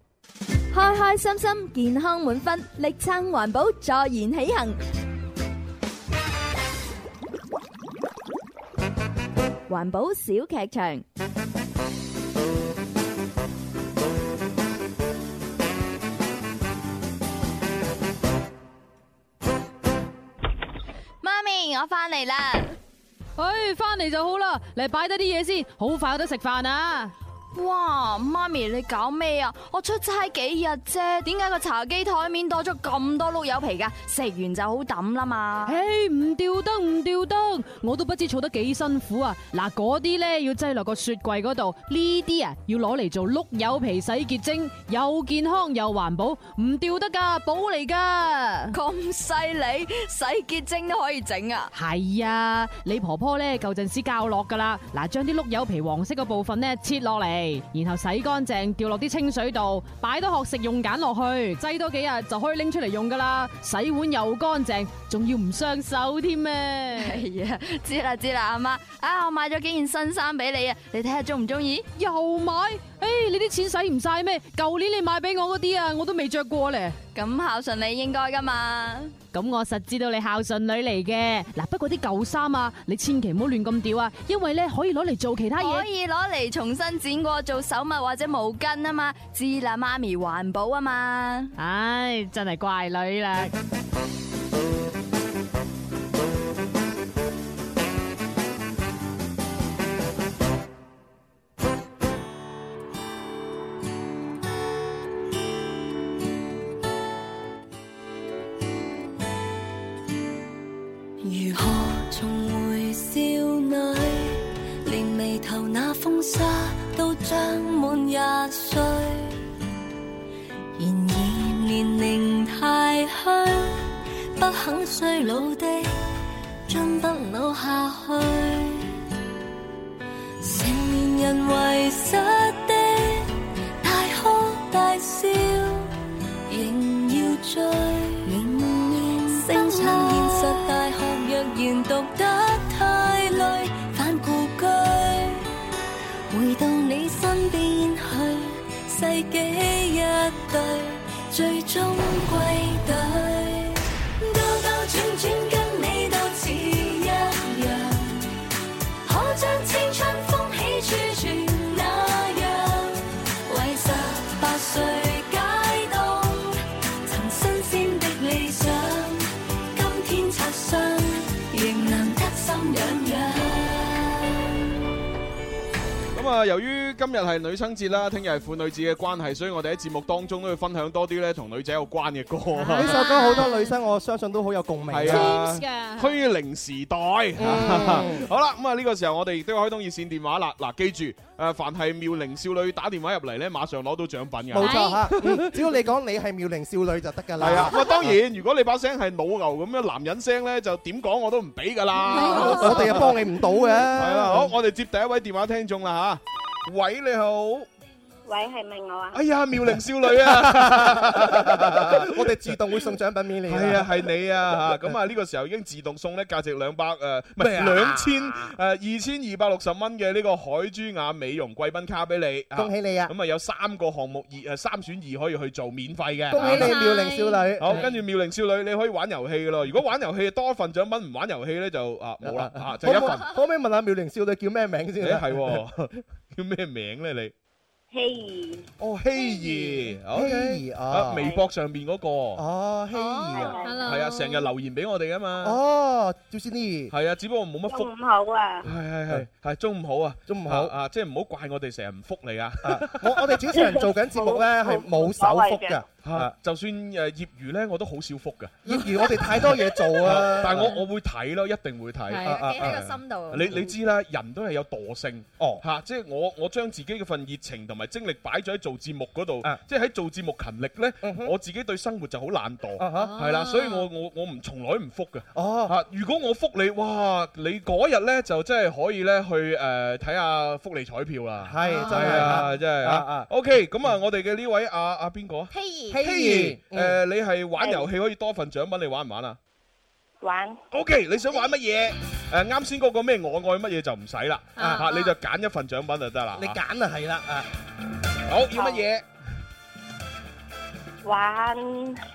开开心心，健康满分，力撑环保，助燃起行。环保小剧场。妈咪，我翻嚟啦！唉，翻嚟就好啦，嚟擺低啲嘢先，好快有得食飯啊！哇，妈咪你搞咩啊？我出差幾日啫，點解個茶幾台面多咗咁多碌柚皮噶？食完就好抌啦嘛！唉，唔吊燈唔吊燈，我都不知儲得幾辛苦啊！嗱，嗰啲咧要擠落個雪櫃嗰度，呢啲啊要攞嚟做碌柚皮洗潔精，又健康又環保，唔掉得噶，寶嚟噶。 咁犀利，洗潔精都可以整啊！係啊，你婆婆咧舊陣時教落噶啦，嗱，將啲碌柚皮黃色嘅部分咧切落嚟，然後洗乾淨，掉落啲清水度，擺多學食用鹼落去，擠多幾日就可以拎出嚟用噶啦，洗碗又乾淨，仲要唔傷手添咩？係啊，知啦知啦，阿媽，啊我買咗幾件新衫俾你啊，你睇下中唔中意？又買？诶、你啲錢使唔晒咩？舊年你買俾我嗰啲啊，我都未着過咧。咁孝順你應該噶嘛？咁我實知道你孝順女嚟嘅，嗱，不過啲舊衫啊，你千祈唔好亂咁掉啊，因為咧可以攞嚟做其他嘢。可以攞嚟重新剪過做手襪或者毛巾啊嘛，知啦，媽咪環保啊嘛。唉，真係怪女啦。如何重回少女？連眉頭那風沙都長滿廿歲，然而年齡太虛，不肯衰老的將不老下去。成年人遺失的大哭大笑，仍要追。星塵現實大學若然讀得太累，反骨回到你身邊去，世紀一對，最終歸隊。兜兜轉轉跟你都似一樣，可將青春風起處傳那樣，為十八歲解凍，曾新鮮的理想，今天擦傷，仍能得心癢癢。咁啊，由於今日係女生節啦，聽日係婦女節嘅關係，所以我哋喺節目當中都會分享多啲咧同女仔有關嘅歌。 呢首歌好多女生我相信都好有共鳴。係啊，虛靈時代。 好啦，咁啊呢個時候我哋亦都開通熱線電話啦。嗱，記住誒，凡係妙齡少女打電話入嚟咧，馬上攞到獎品㗎。冇錯嚇，嗯只要你講你係妙齡少女就得㗎啦。係啊，咁啊當然，如果你把聲係老牛咁嘅男人聲咧，就點講我都唔俾㗎啦。我我哋又幫你唔到嘅。係啦，好，我哋接第一位電話聽眾啦吓，喂，你好。喂，係咪我啊？哎呀，妙齡少女 啊啊！ 我哋自動會送獎品俾你。係啊，係你啊嚇！咁啊，呢個時候已經自動送咧價值兩百誒，唔係咩啊兩千誒二千二百六十蚊嘅呢個海珠雅美容貴賓卡俾你。恭喜你啊咁啊，有三個項目二呃誒三選二可以去做免費嘅。啊恭喜你妙齡少女好，跟住妙齡少女你可以玩遊戲噶咯。如果玩遊戲多一份獎品，唔玩遊戲咧就啊冇啦 啊，就一份。可唔可以問下妙齡少女叫咩名先？啊誒係喎， 叫咩名咧你？希兒，哦，希兒，OK，希兒啊啊，微博上邊嗰個，哦，希兒啊，hello 係啊，成日留言俾我哋噶嘛，哦，趙先呢？係啊，只不過冇乜中覆午，好啊，係係係係中午好啊，中午好啊啊，即係唔好怪我哋成日唔覆你啊，我我哋主持人做緊節目 咧係冇手覆㗎。啊就算誒業餘咧，我都好少覆噶，業餘我哋太多嘢做啊 但係我我會睇咯，一定會睇，係啊啊記喺啊個心度你你知啦，人都係有惰性，哦嚇，即係我我將自己嘅份熱情同埋精力擺咗喺做節目嗰度，啊即係喺做節目勤力咧，我自己對生活就好懶惰，嗯啊哈係啦，所以我我我唔從來唔覆嘅。哦嚇，如果我覆你，哇！你嗰日咧就真係可以咧去誒睇下福利彩票啦，係真係係啊，啊真係啊啊啊。 OK，咁啊，我哋嘅呢位阿阿邊個啊？希兒希兒誒，你係玩遊戲可以多份獎品，你玩唔玩啊？玩 OK，你想玩乜嘢？誒啱先嗰個咩我愛乜嘢就唔使啦，啊嚇你就揀一份獎品就得啦。你揀啊係啦啊，好要乜嘢？玩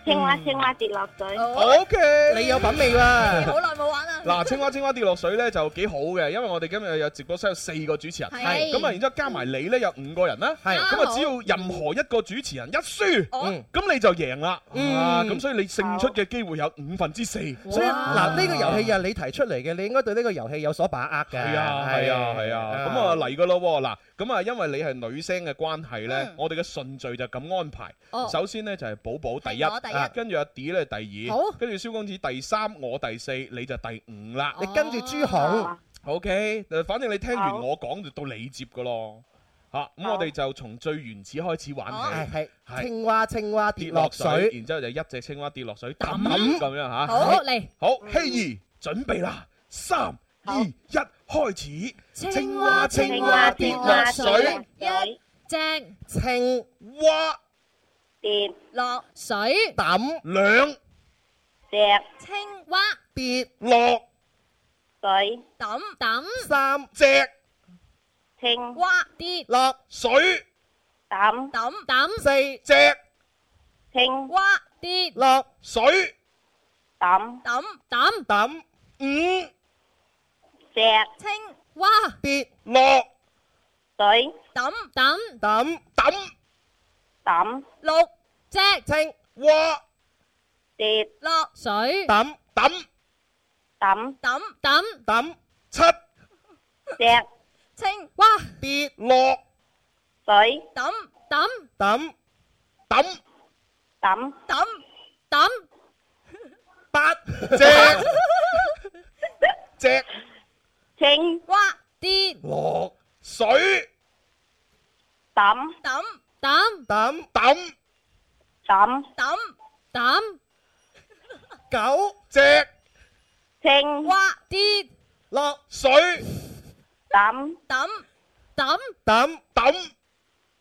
青蛙，青蛙跌落水。 O K，你有品味喎好耐冇玩啦。嗱，青蛙青蛙跌落水咧就幾好嘅，因為我哋今日有直播室有四個主持人，係咁啊，然之後加埋你咧有五個人啦，係咁啊，只要任何一個主持人一輸，嗯咁你就贏啦，嗯啊，咁所以你勝出嘅機會有五分之四，所以嗱，呢個遊戲又係你提出嚟嘅，你應該對呢個遊戲有所把握嘅。係啊，係啊，係 Ờ. 啊，咁啊嚟噶咯喎，嗱，咁啊，因為你係女聲嘅關係咧，我哋嘅順序就咁安排哦。首先咧就係寶寶第一係我第一啊，跟住阿 D 咧第二好，跟住蕭公子第三，我第四，你就第五啦。你跟住朱 Ờ. 紅， OK，誒反正你聽完好我講就到你接噶咯。嚇，咁我哋就從最原始開始玩係起。係青蛙青蛙哦跌落水，然之後就一隻青蛙跌落水，揼咁樣嚇。好嚟好，希兒準備啦，三二一，開始。青蛙青蛙跌落水一隻青蛙跌落水，抌兩隻青蛙跌落水，抌抌三隻青蛙跌落水，抌抌抌四隻青蛙跌落水，抌抌抌抌五隻青蛙跌落水，抌抌抌抌抌六隻青蛙跌落水，抌抌抌抌抌抌七隻青蛙跌落水，抌抌抌抌抌抌抌八隻 隻青蛙跌落水抌抌抌抌抌抌抌抌九隻青蛙跌落水抌抌抌抌抌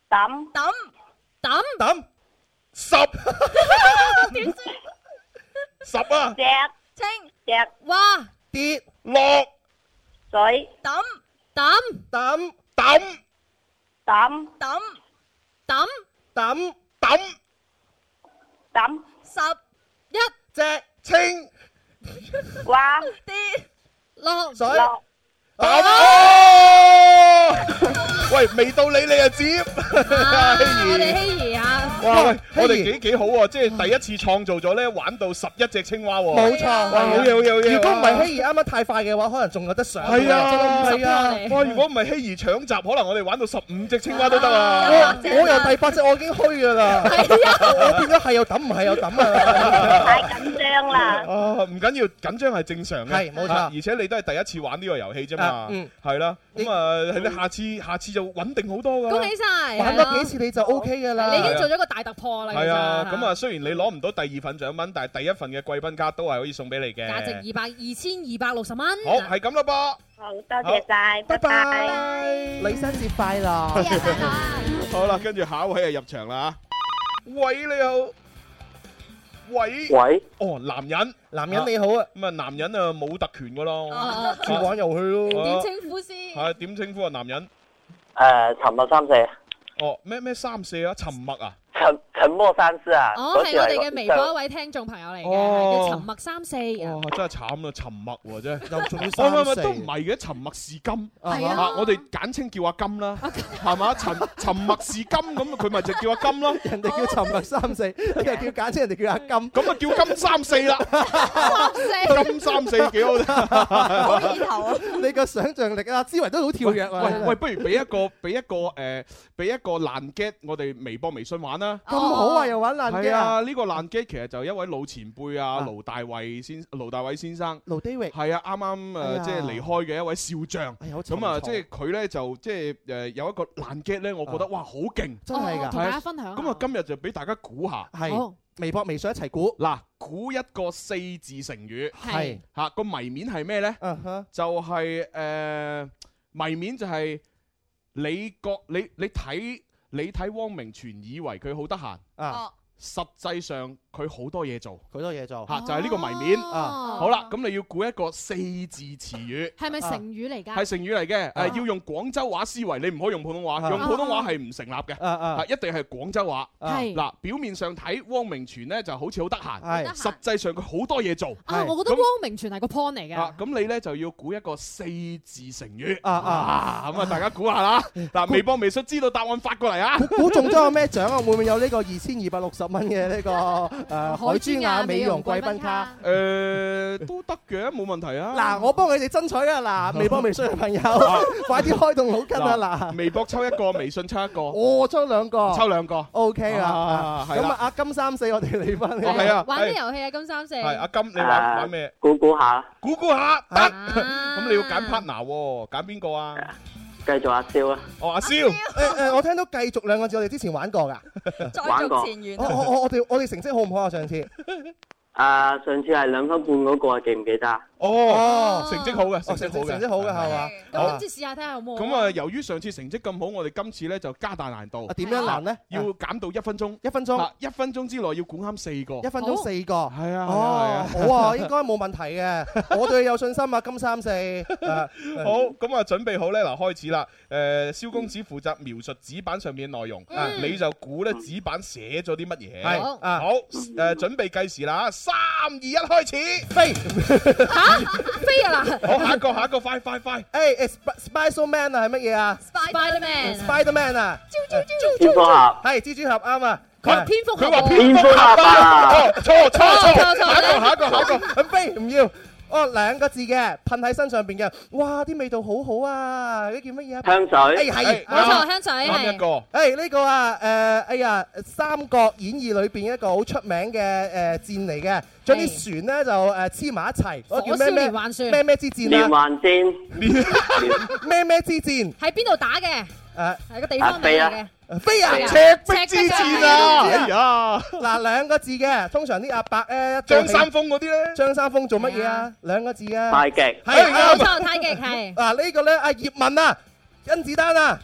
抌抌抌抌 十點算十啊隻青隻蛙跌落水抌抌抌抌抌抌抌抌抌抌十一隻青蛙跌落水落哦！ 喂，未到你你就接，我 哋希兒。希兒啊，哇喂，我哋幾幾好喎，即係第一次創造咗咧，玩到十一隻青蛙喎。冇錯，哇，好嘢好嘢好嘢。 如果唔係希兒啱啱太快嘅話，可能仲有得上。係啊，係啊。哇！如果唔係希兒搶集，可能我哋玩到十五隻青蛙都得啊！我我由第八隻我已經虛噶啦， 我我變咗係又抌唔係又抌啊！太緊張啦！啊，唔緊要，緊張係正常嘅，係冇錯啊而且你都係第一次玩呢個遊戲啫啊嘛，嗯係啦，咁啊，係你下次下次就穩定好多噶。恭喜晒！玩多幾次你就 O K 噶啦。你已經做咗一個大突破啦，係啊，其實咁啊，雖然你攞唔到第二份獎品，但係第一份嘅貴賓卡都係可以送俾你嘅。價值二百二千二百六十蚊。好，係咁啦噃。好多謝晒，拜拜。女生節快 樂！好啦，跟住下一位就入場啦。喂，你好。喂喂，哦，男人，男人你好啊。咁啊，男人啊冇特權噶咯啊，照玩遊戲咯。 點稱呼先？係點稱呼啊？男人？呃誒，沉 默三四，哦，咩咩三四啊？沉默啊？沉沉默三四啊！哦，係我哋嘅微博一位。位聽眾朋友嚟哦嘅，叫沉默三四啊哇。，真係慘啦，沉默喎真係。又仲要唔係唔三係四都唔係嘅，沉默是金。係啊我哋簡稱叫阿金啦，係嘛？沉沉默是金咁，佢咪就叫阿金咯。人哋叫沉默三 四，你又叫簡稱人哋叫阿金，咁啊叫金三四啦。金三四幾好好啫。意頭啊！你個想像力啊，思維都好跳躍啊！喂喂，不如俾一個 俾一個誒，俾一個爛 get 我哋微博微信玩啦。咁好啊，又玩爛係嘅啊，！呢個爛 get 其實就一位老前輩啊，盧大偉先盧大偉先生。盧低域係啊，啱啱哎誒呀即係離開嘅一位少將，好沉咁啊，重即係佢咧就即係誒有一個爛 get 咧，我覺得哇好勁，真係㗎哦啊同大家分享。咁啊，今日就俾大家估下，係微博微信一齊估嗱，估一個四字成語，係嚇個謎面係咩咧？就係誒謎面就係你覺你你睇你睇汪明荃以為佢好得閒啊。實際上佢好多嘢做，好多嘢做嚇就係呢個謎面。啊好啦，咁你要估一個四字詞語，係咪成語嚟㗎？係成語嚟嘅，誒要用廣州話思維，你唔可以用普通話，啊用普通話係唔成立嘅，係一定係廣州話。啊係嗱，表面上睇汪明荃呢就好似好得係閒，實際上佢好多嘢做。啊，我覺得汪明荃係個 point 嚟啊嘅，，咁你咧就要估一個四字成語啊啊咁啊大家估下 啦。嗱，微博、微信知道答案發過嚟啊。估中咗有咩獎啊？會唔會有呢個二千二百六十蚊嘅呢 個誒海珠雅美容貴賓卡？誒，都得嘅，冇問題啊。嗱，我幫佢哋爭取啊！嗱，微博微信嘅朋友，快啲開動腦筋啊！嗱，微博抽一個，微信抽一個， 我抽兩個，抽兩個。 OK 啦啊。係咁啦啊，阿金三四我哋嚟翻。哦係啊玩啲遊戲啊，金三四。係阿金，你啊玩玩咩？估估下，估估下得。 咁你要揀 partner 喎，揀邊個 啊？繼續阿蕭啊！哦，阿蕭。誒誒，我聽到繼續兩個字，我哋之前玩過 㗎。玩過。誒，我我我我哋我哋成績好唔好啊？上次上次係兩分半嗰個啊，記唔記得啊？哦，成績好嘅，成績好嘅，成績好嘅係嘛？咁今次試下睇下有冇啊。咁啊，由於上次成績咁好，我哋今次咧就加大難度。啊點樣難呢啊要減到一分鐘。一分鐘嗱，一分鐘之內要估啱四哦個。一分鐘四個，係啊哦，係啊好啊，應該冇問題 嘅，我對你有信心啊，金三四，啊好，咁啊，準備好咧，嗱，開始啦。誒，蕭公子負責描述紙板上面嘅內容，啊嗯你就估咧紙板寫咗啲乜嘢。係好啊好，誒，準備計時啦，三二一，開始。飛。 飛啊嗱，好，下一個，下一個，快快快。誒誒，Spider 哎 Man 啊，係乜嘢啊 Spiderman ？Spider Man 啊，蝙蝠俠係蜘蛛俠啱啊，佢蝙蝠佢話蝙蝠俠啊！哦，錯錯錯，下一個，下一個，下一個。個，飛唔要。哦，兩個字嘅，噴喺身上邊嘅，哇，啲味道好好啊！呢叫乜嘢啊？香水誒哎係，冇錯，香水啊啱一係。個。誒呢個啊，誒、哎呀，《三國演義》裏邊一個好出名嘅誒、呃戰嚟嘅，將啲船咧就誒黐埋一齊，嗰個火燒叫咩連環咩船咩咩之連戰啊，環箭，咩咩之戰喺邊度打嘅？誒係個地方名嚟嘅。飛啊！赤壁之戰啊！哎呀，嗱兩個字嘅，通常啲阿伯咧，張三豐嗰啲咧，張三豐做乜嘢啊？兩個字啊，太極，係冇啱啊錯，太極係。嗱呢個咧，阿葉問啊，甄子丹啊，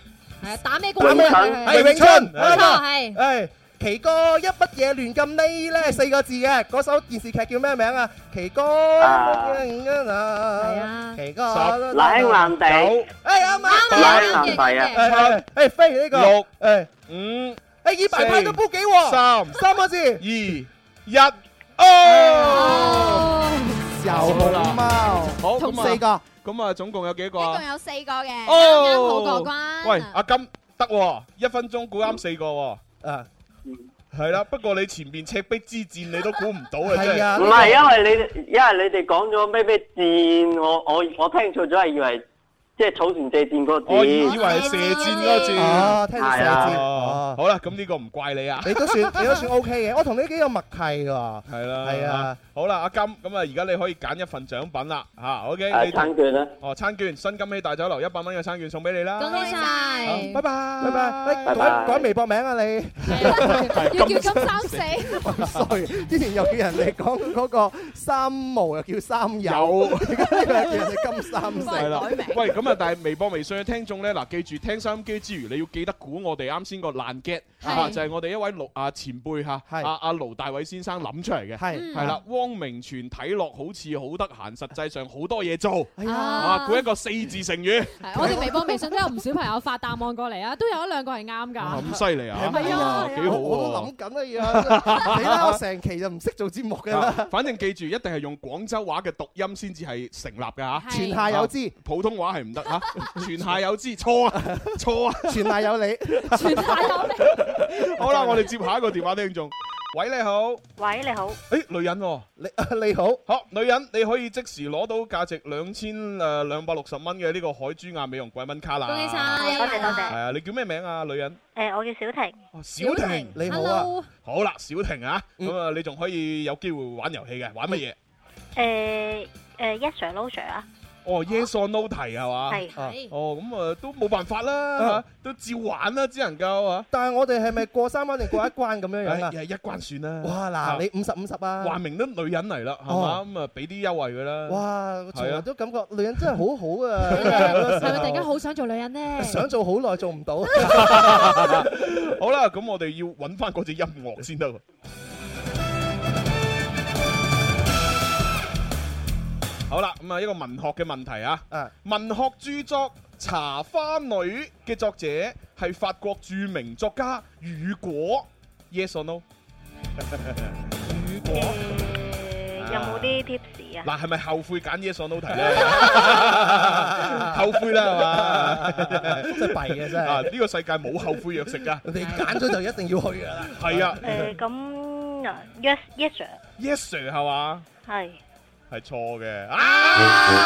係打咩打官咩？啊？係詠春，冇啱錯啊係。誒，其奇哥一筆嘢亂咁呢咧四個字嘅，嗰首電視劇叫咩名啊？奇哥，啊係啊，奇哥，十奶硬地九哎啱啊，奶硬地啊啊，誒飛呢個六誒五，誒以排派都煲幾喎，三三個字，二一，哦，又好啦貓，好，同咁 à, 啊四個。咁啊，總共有幾個啊？有四個嘅，啱啱好哦過關。喂，阿金得喎，一分鐘估啱四個喎。啊，系啦，不過你前面赤壁之戰你都估唔到啊，真係唔係。係因為你，因為你哋講咗咩咩箭，我我我聽錯咗，係以為即係草船借箭嗰個箭。我以為係射箭嗰個箭。哦聽到射箭 À. 哦 好啦，咁呢個唔怪你啊。你都算你都算 OK 嘅，我同你幾有默契㗎。系啦，係啊，好啦，阿金，咁啊，而家你可以揀一份獎品啦，吓，OK，à. À, Ờ, 啊你餐券啦，哦，餐券，新金禧大酒樓一百蚊嘅餐券送俾你啦，恭喜晒，拜拜拜拜，拜拜改改微博名啊你， 要叫金三四，衰，之前又叫人哋講嗰個三毛又叫三友，而家呢個又叫人哋金三四，係啦，喂，咁啊，但係微博、微信嘅聽眾咧，嗱，記住聽收音機之餘，你要記得估我哋啱先個爛 get 係啊，就係我哋一位盧啊前輩嚇，阿阿盧大偉先生諗出嚟嘅，係係啦，汪明荃睇落好似好得閒，實際上好多嘢做，係啊啊，估一個四字成語，我哋微博、微信都有唔少朋友發答案過嚟啊，都有一兩個係啱㗎。咁犀利啊，係啊幾好我我都喎諗。緊啊而家，你啦，我成期就唔識做節目㗎啦，啊反正記住，一定係用廣州話嘅讀音先至係成立嘅嚇。係全下有之啊，普通話係唔得嚇。全下有之，錯啊，錯啊。全賴有你， 全下有你。好啦，我哋接下一個電話聽眾。喂，你好。喂，你好，誒，女人喎。你你好。好，女人，你可以即時攞到價值兩千誒兩百六十蚊嘅呢個海珠亞美容貴賓卡啦。恭喜晒多謝多謝係啊，你叫咩名啊，女人？诶，我叫小婷，小婷，你好啊 Hello 好啦，小婷啊，嗯咁啊，你仲可以有機會玩遊戲嘅，玩乜嘢？诶诶，Yes Sir No Sir 啊，哦，yes or no 題係嘛？係啊係哦，咁啊都冇辦法啦啊，都照玩啦，只能夠啊。但係我哋係咪過三關定過一關咁樣樣啊唉？一關算啦。哇啊嗱，你五十五十啊！話明都女人嚟啦，係嘛？咁啊，俾啲優惠佢啦。哇！我從係來啊。都感覺女人 真係好好啊，係咪突然間好想做女人呢？想做好耐做唔 到。好啦，咁我哋要揾翻嗰隻音樂先得喎。好啦，咁啊一個文學嘅問題啊，文學著作《茶花女》嘅作者係法國著名作家雨果，yes or no？雨果有冇啲 tips 啊？嗱，係咪後悔揀 yes or no 題 咧？後悔啦，係嘛？真係弊嘅真係啊！呢個世界冇後悔藥食㗎，你揀咗就一定要去㗎 啦。係啊诶，咁啊，Yes Yes Sir ，yes sir 係嘛？系係錯嘅 啊！啊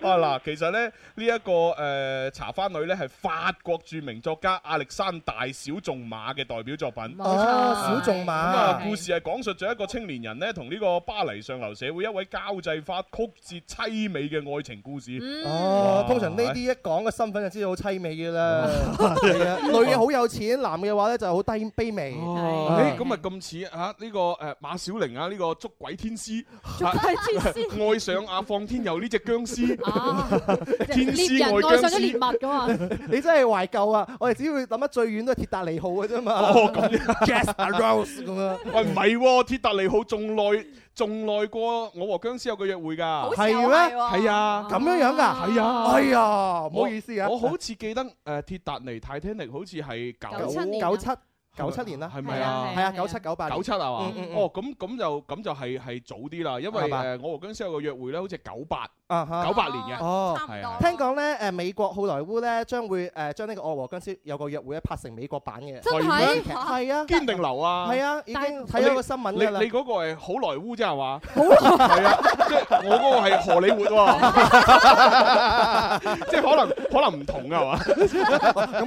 嗱，其實咧呢一個誒茶花女咧係法國著名作家亞歷山大小仲馬嘅代表作品。哦，小仲咁啊，馬故事係講述咗一個青年人咧，同呢個巴黎上流社會一位交際花曲折凄美嘅愛情故事。哦，哇通常呢啲一講個身份就知道好凄美嘅 啦。係啊，女嘅好有錢，男嘅話咧就好低卑微。哦，啊誒咁咪咁似啊呢個誒馬小玲啊呢個捉鬼天師，捉啊鬼天師愛上阿放天佑呢只僵屍， 天獵師人愛愛僵上咗獵屍。物㗎嘛。 你真係懷舊啊！我哋只會諗得最遠都係鐵達尼號嘅啫嘛。哦 咁樣 Jazz a Rose 咁樣。喂，唔係喎，鐵達尼號仲耐，仲耐過我和僵屍有個約會㗎，係咩？係啊，咁樣樣㗎？係啊，哎呀，唔好意思啊，我我好似記得誒鐵達尼 Titanic 好似係九九九七九七年啦，係咪啊係啊，九七九八九七啊嘛嗯嗯，嗯哦咁咁就咁就係係早啲啦，因為係嘛誒我和僵屍有個約會咧，好似係九八啊哈九八年嘅，哦，係啊。聽講咧，誒美國好萊塢咧將會誒將呢個《愛和僵屍》有個約會咧拍成美國版嘅，真係劇係啊，堅定流啊！係啊已經睇咗個新聞㗎啦你你嗰個係好萊塢啫係嘛？好係啊，即係我嗰個係荷里活喎， 即係可能可能唔同㗎係嘛？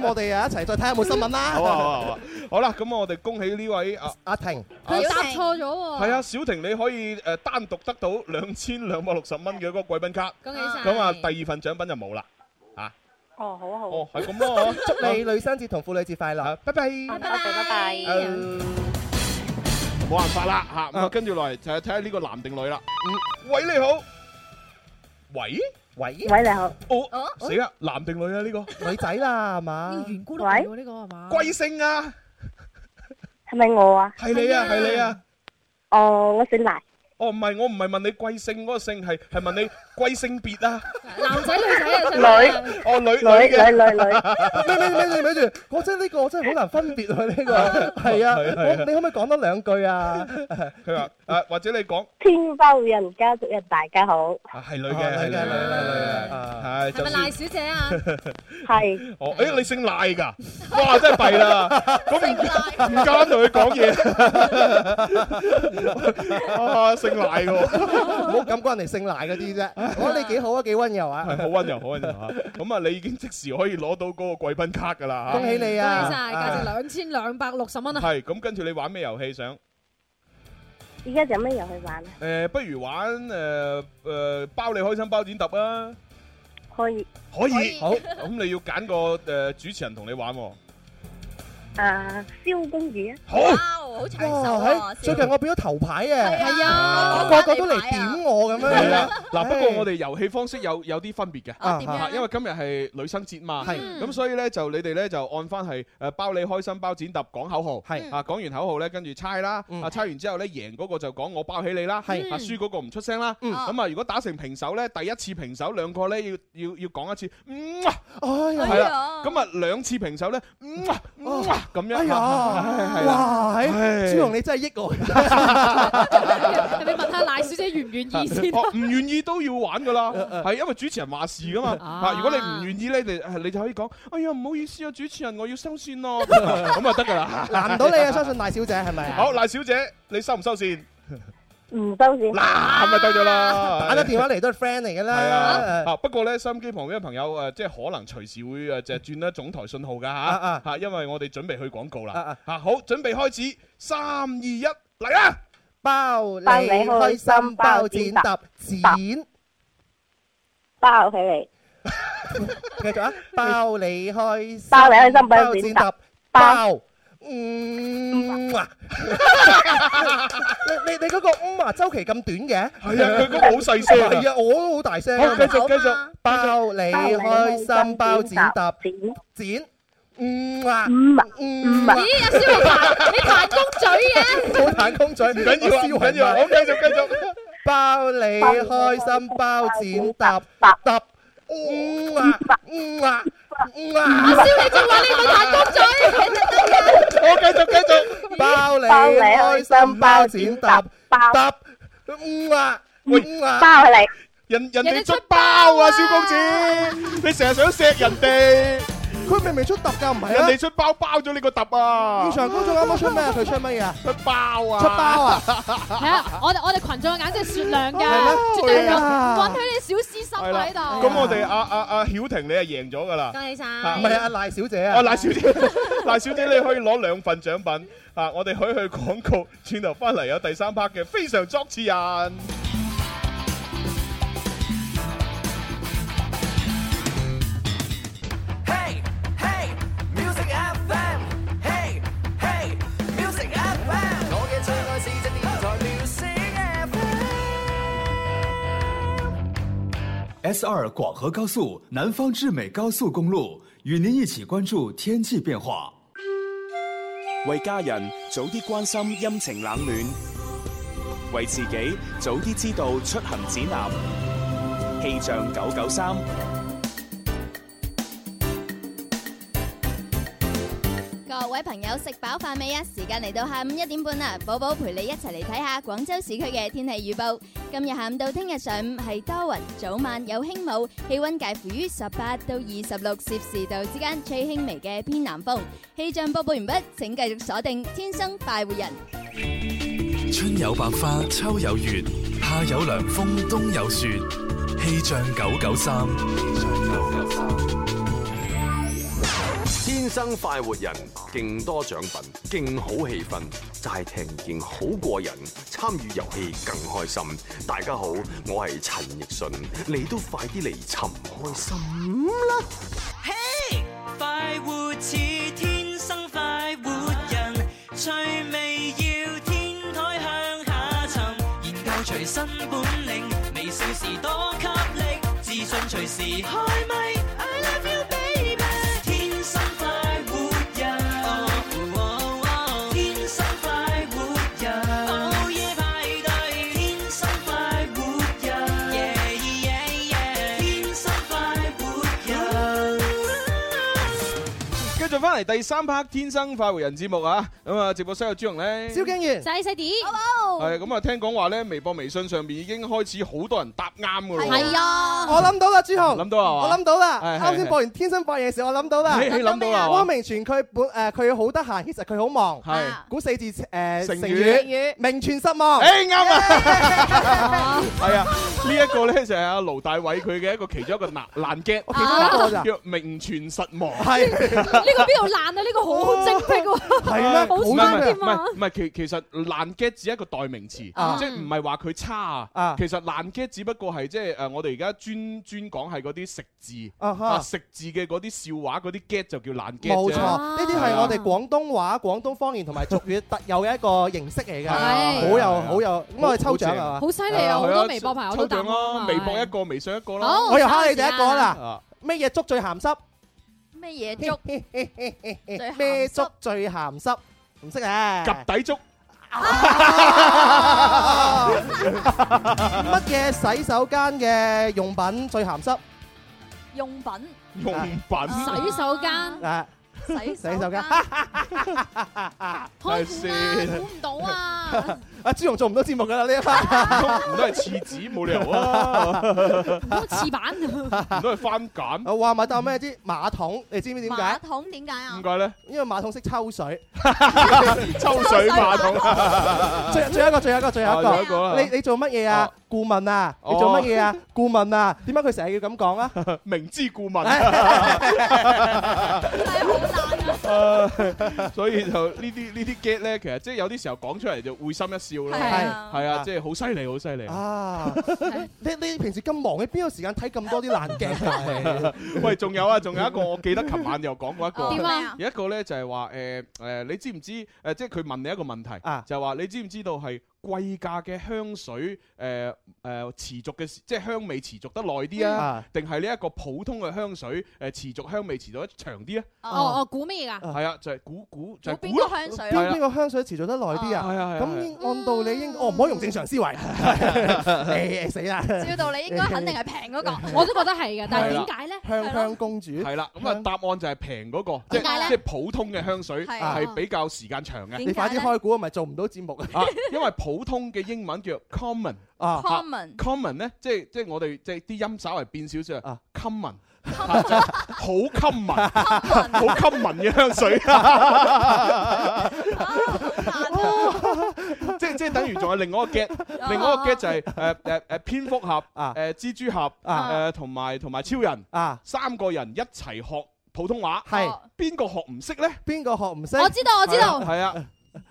咁我哋啊一齊再睇下有冇新聞啦。好啊好啊好啊！好啦，咁我哋恭喜呢位啊阿婷，佢答錯咗喎。係啊，小婷你可以誒單獨得到兩千兩百六十蚊嘅嗰個貴賓卡，恭喜晒咁啊，第二份獎品就冇啦，啊！哦，好好，哦，係咁咯， 嗬祝你女生節同婦女節快樂，拜拜。拜拜拜拜，Ừ. 冇辦法啦嚇，咁啊嗯跟住落嚟就係睇下呢個男定女啦。喂，你好，喂喂喂你好，哦死啦，男定女啊呢個？女仔啦係嘛？呢個圓咕碌嚟喎，呢個係嘛？貴姓啊？系咪我 à? 啊？係你啊，係你啊。哦，我姓賴，哦，唔係，我唔係問你貴姓嗰個姓，係係 問你貴性別啊。男仔女仔啊，女哦女嘅咩咩咩咩咩住，我真係呢個我真係好難分別佢 呢個。係啊，係係我你可唔可以講多兩句啊？ 佢話誒，或者你講天包人家族人，大家好，啊係女嘅，係女嘅，係女嘅，係係就咪算賴小姐啊？係。哦，誒你姓賴㗎？哇，真係弊 啦！咁唔唔敢同佢講嘢。 啊，姓賴喎。唔好咁關人哋姓賴嗰 啲啫。我覺得你幾好啊，幾温柔啊。係好温柔，好温柔嚇。咁啊，你已經即時可以攞到嗰個貴賓卡㗎啦嚇。恭喜你啊恭喜晒，價值兩千兩百六十 蚊啊！係咁，跟住你玩咩遊戲想？而家有咩遊戲玩啊？誒，不如玩誒誒包你開心包剪揼啊！可以可以。好，咁你要揀個誒主持人同你玩喎。啊，蕭公子啊，好，好長手最近我變咗頭牌嘅，係啊個個都嚟點我咁係樣啦。，嗱，不過我哋遊戲方式有有啲分別嘅，啊點樣嚇咧因為今日係女生節嘛，係咁所以咧就你哋咧就按翻係誒包你開心包剪揼講口號，係啊講完口號咧跟住猜啦，啊猜完之後咧贏嗰個就講我包起你啦，係啊輸嗰個唔出聲啦，咁啊如果打成平手咧，第一次平手兩個咧要要要講一次，嗯啊，係啦，咁啊兩次平手咧，嗯啊嗯啊咁樣，哎呀係係，哇！係係朱紅你真係益我，你問下賴小姐願唔願意 先。哦唔願意都要玩噶 啦，係因為主持人話事噶嘛。啊啊，如果你唔願意咧，你你就可以講：哎呀，唔好意思啊，主持人，我要收線 咯。咁啊得 噶啦，難唔到你啊！相信賴小姐係咪啊？好，賴小姐，你收唔收線？唔收線。嗱，咪得咗啦。打咗電話嚟都係 friend 嚟㗎係啊，啦。啊不過咧，收音機旁邊嘅朋友呃誒，即係可能隨時會誒，就係轉咧總台信號㗎嚇嚇，因為我哋準備去廣告啦嚇。好，準備開始，三二一，嚟啊啦！包你開心包剪揼剪，包起嚟，繼續啊！包你開心包你開心包剪揼包。嗯 啊！你你你嗰個嗯啊周期咁短嘅？係啊，佢嗰個好細聲啊係啊，我都好大聲啊。好，繼續繼續。包你開心包剪揼剪。嗯啊，嗯啊，嗯啊！咦，阿蕭你彈你彈弓嘴嘅，我彈弓嘴，唔緊要啊唔緊要啊好繼續繼續。包你開心包剪揼揼，嗯啊，嗯啊，嗯啊！阿蕭你仲話你會彈弓嘴，我繼續繼續包你開心包剪揼揼，嗯啊，嗯啊！包你。人人哋出包啊，蕭公子，你成日想錫人哋，佢明明出揼㗎，唔係人啊哋！出包包咗你個揼啊！現場觀眾啱啱出咩？佢出乜嘢啊？出包啊！出包啊！係啊，我哋我哋群眾嘅眼睛係雪亮㗎，絕係對咩允許你小私心係啦喺度。咁我哋阿阿阿曉婷，你係贏咗㗎啦。恭喜晒！啊唔係啊，賴小姐啊！啊，賴小姐， 賴小姐，你可以攞兩份獎品啊！我哋可以去廣告，轉頭翻嚟有第三 part 嘅非常作詞人。 Hey, hey, music FM. Hey, hey, music FM. 我嘅最愛是只電台 music S 二广河高速南方至美高速公路，与您一起关注天气变化。为家人早啲关心阴晴冷暖，为自己早啲知道出行指南。气象九九三，各位朋友食飽飯未啊？時間嚟到下午一點半啦，寶寶陪你一齊嚟睇下廣州市區嘅天氣預報。今日下午到聽日上午係多雲，早晚有輕霧，氣温介乎於十八到二十六攝氏度之間，吹輕微嘅偏南風。氣象播報完畢，請繼續鎖定《天生快活人》。春有百花，秋有月，夏有涼風，冬有雪。氣象九九三，天生快活人，勁多獎品，勁好氣氛，齋聽見好過癮，參與遊戲更開心。大家好，我係陳奕迅，你都快啲嚟尋開心。啦。嘿，快活似天生快活人，趣味要天台向下沉，研究隨身本領，微笑時多給力，自信隨時開咪。I love you baby，天生快活人，哦哦哦天生哦哦續翻嚟第三 part《天生快活人》節目啊！咁啊，直播室有朱紅咧，細細啲，係咁啊，聽講話咧，微博、微信上面已經開始好多人答啱噶啦。係啊我諗到啦，朱紅，諗到啊我諗到啦係，係啱先播完《天生快活人》嘅時候，我諗到啦，你你諗到啦汪明荃佢本誒佢好得閒，其實佢好忙，係估四字誒成成語語，名存實亡，誒哎啱啊！係啊，呢一個咧就係阿盧大偉佢嘅一個其中一個難難 get，其中一個咋叫名存實亡。係呢個邊度爛啊？呢個好精辟喎，係咩？好唔啱係唔添啊係！唔係，其其實爛 get 只係一個代名詞，啊即係唔係話佢差啊。其實爛 get 只不過係即係誒，呃我哋而家專專講係嗰啲食字啊哈啊，食字嘅嗰啲笑話嗰啲 get 就叫爛 get 啫。冇錯，呢啲係係啊我哋廣東話、廣東方言同埋俗語特有嘅一個形式嚟嘅，係好有好有。咁我哋抽獎啊！好犀利啊！好係啊多微博朋友都抽答獎啦，啱啊微博一個，微信一個啦好。我又蝦你第一個啊啦，咩嘢粥最鹹濕？咩 嘢粥？咩粥最鹹濕？唔識啊！及底粥。 乜嘢洗手間嘅用品最鹹濕？用品用品洗手間啊！洗洗手間。啊係先。 唔到 啊！阿朱紅做唔到節目㗎啦呢 一 part，唔都係廁紙冇理由 啊！好似板 唔都係番簡，我話咪當咩知馬桶？你知唔知點解馬？桶點解啊點？解咧？因為馬桶識抽水，抽水馬 桶。啊最最後一個，最後一個，最後一啊最後一哦個個。啦你你做乜嘢啊？顧問啊？你做乜嘢啊？顧問啊？點解佢成日要咁講啊？明知故問，哎誒 所以就呢啲呢啲 get 咧，其實即係有啲時候講出嚟就會心一笑咯，係啊係啊，即係好犀利，好犀利。啊！你你平時咁忙，你邊有時間睇咁多啲爛 鏡啊？喂，仲有啊，仲有一個，我記得琴晚又講過一個，點啊有一個咧就係話誒誒，你知唔知誒？即係佢問你一個問題，啊就係話你知唔知道係貴價嘅香水誒誒持續嘅時，即係香味持續得耐啲嗯啊啊，定係呢一個普通嘅香水誒持續香味持續得長啲啊？哦哦，估咩㗎？係啊，就係估估就係邊估個咯 香水啊邊邊個香水持續得耐啲啊？係啊係啊咁係啊應按道理應，我唔可以用正常 思維。 誒死啦！照道理應該肯定係平嗰 個，啊我都覺得係嘅，但係點解咧？香香公主係啦，咁啊答案就係平嗰個，即點解係咧即係普通嘅香水係啊係比較時間長嘅。你快啲開估，我咪做唔到節目啊！因為普通嘅英文叫 common 啊 Common common 咧，即係即係我哋即係啲音稍為變少少啊，common 啊好 common 好 common 嘅香水，即係即係等於仲有另外一個 get，另外一個 get 就係誒誒誒蝙蝠俠啊，誒蜘蛛俠啊誒同埋同埋超人啊，三個人一齊學普通話，係邊個學唔識咧？邊個學唔識？我知道我知道係啊。係啊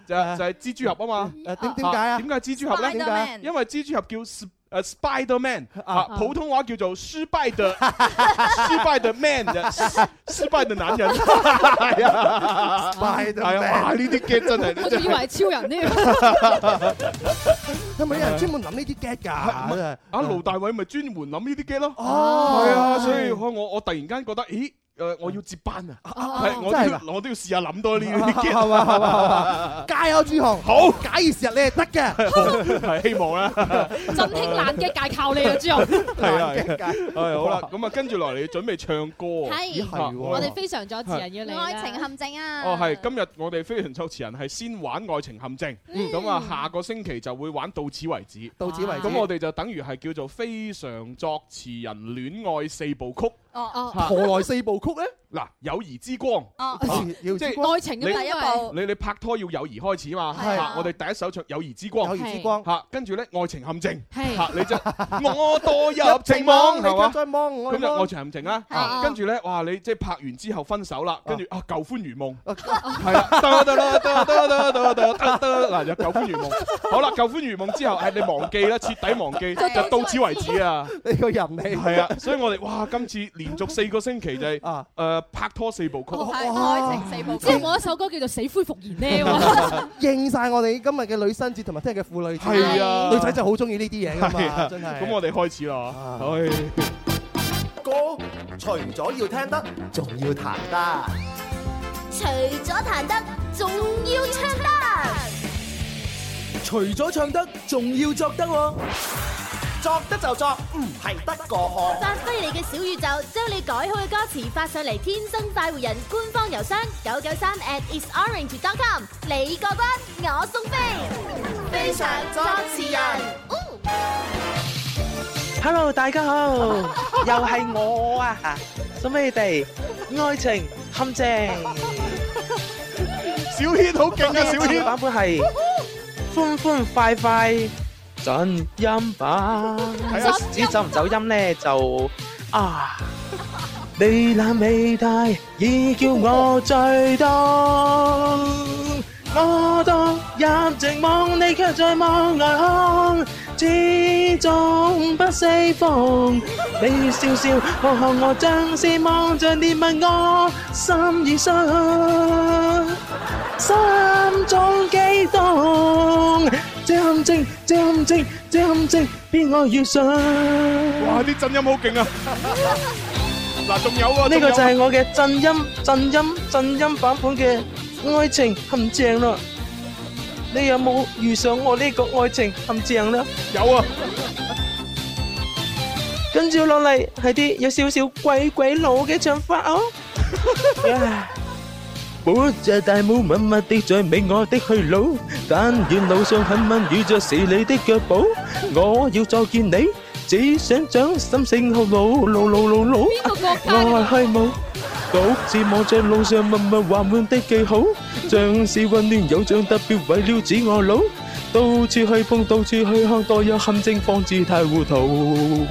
就就係蜘蛛俠啊嘛。誒點點解啊點解蜘蛛俠咧？點解因為蜘蛛俠叫 sp- 誒 Spider Man 啊，普通話叫做失敗的失敗的 man 就失失敗的男人。哎係啊 Spider-Man 係啊，哇！呢啲 get 真係， 我仲以為係超 人添。有冇有人專門諗呢啲 get 㗎？啊，盧大偉咪專門諗呢啲 get 咯。哦係啊，所以我我我突然間覺得，咦？誒，我要接班啊！係我都真係要我都要試下諗多呢啲 get，係嘛係嘛係 嘛！加油，朱紅！好，假以時日你係得嘅。 係希望 啦。振興爛嘅界靠你啊，朱紅。係啊，係好啦，咁啊，跟住落嚟要準備唱歌啊喎。咦係，我哋非常作咗詞人要你啦愛情陷阱啊！哦，係今日我哋非常作詞人係先玩愛情陷阱，咁啊下個星期就會玩到此為止，到此為止咁我哋就等於係叫做非常作詞人戀愛四部曲。哦哦，何來四部曲咧？嗱，友誼之光，哦 啊友誼之光愛情嘅你第一步你你拍拖要友誼開始嘛？係嚇我哋第一首唱友誼之光，友誼之光嚇，跟住咧愛情陷阱，係嚇你就我墮入情網，你係嘛卻？再望我咁就愛情陷阱啦，係啊啊跟住咧，哇！你即係拍完之後分手啦，跟住啊舊歡如夢，係啦，得得啦，得得得得得得得，嗱就舊歡如夢。好啦，舊歡如夢之後，係你忘記啦，徹底忘 記，就到此為止啊！你個人你係啊，所以我哋哇，今次連續四個星期就係誒拍拖四部曲， 愛情四部唔知有冇一首歌叫做《死灰復 燃》呢？ 應晒我哋今日嘅女生節同埋聽日嘅婦女節，係啊女仔就好中意呢啲嘢㗎係啊嘛，真係。咁我哋開始啦，唉歌除咗要聽得，仲要彈得。除咗彈得，仲要唱得。除咗唱得，仲要作得喎。作得就作，唔係得個學。發揮你嘅小宇宙，將你改好嘅歌詞發上嚟，天生快活人官方郵箱九九三 at isorange.com，你過關，我送飛，非常作詞人。 Hello，大家好，又係我啊！送俾你哋愛情陷阱。小軒好勁 啊小軒版本係歡歡快快準音版，唔知走唔走音咧就啊！你冷美態已叫我醉到。我獨入情網，你卻在網外看，始終不釋放。你笑笑看看我，像是望着憐憫我，心已傷，心中激動。這陷阱，這陷阱，這陷阱，偏我遇上。哇！啲震音好勁啊！嗱，仲有啊，呢個就仲係有我嘅震音、震音、震音版本嘅愛情陷阱啦。你有冇遇上我呢個愛情陷阱呢？有啊。跟住落嚟係啲有少少鬼鬼佬嘅唱法哦。本隻大帽默默地在尾我的去路，但願路上狠狠遇着是你的腳步。我要再見你，只想掌心聲號路路路路路。我係虛無，獨自望着路上密密畫滿的記號，像是混亂有像特別為了指我腦。到處去碰，到處去看，墮入陷阱，方知太糊塗。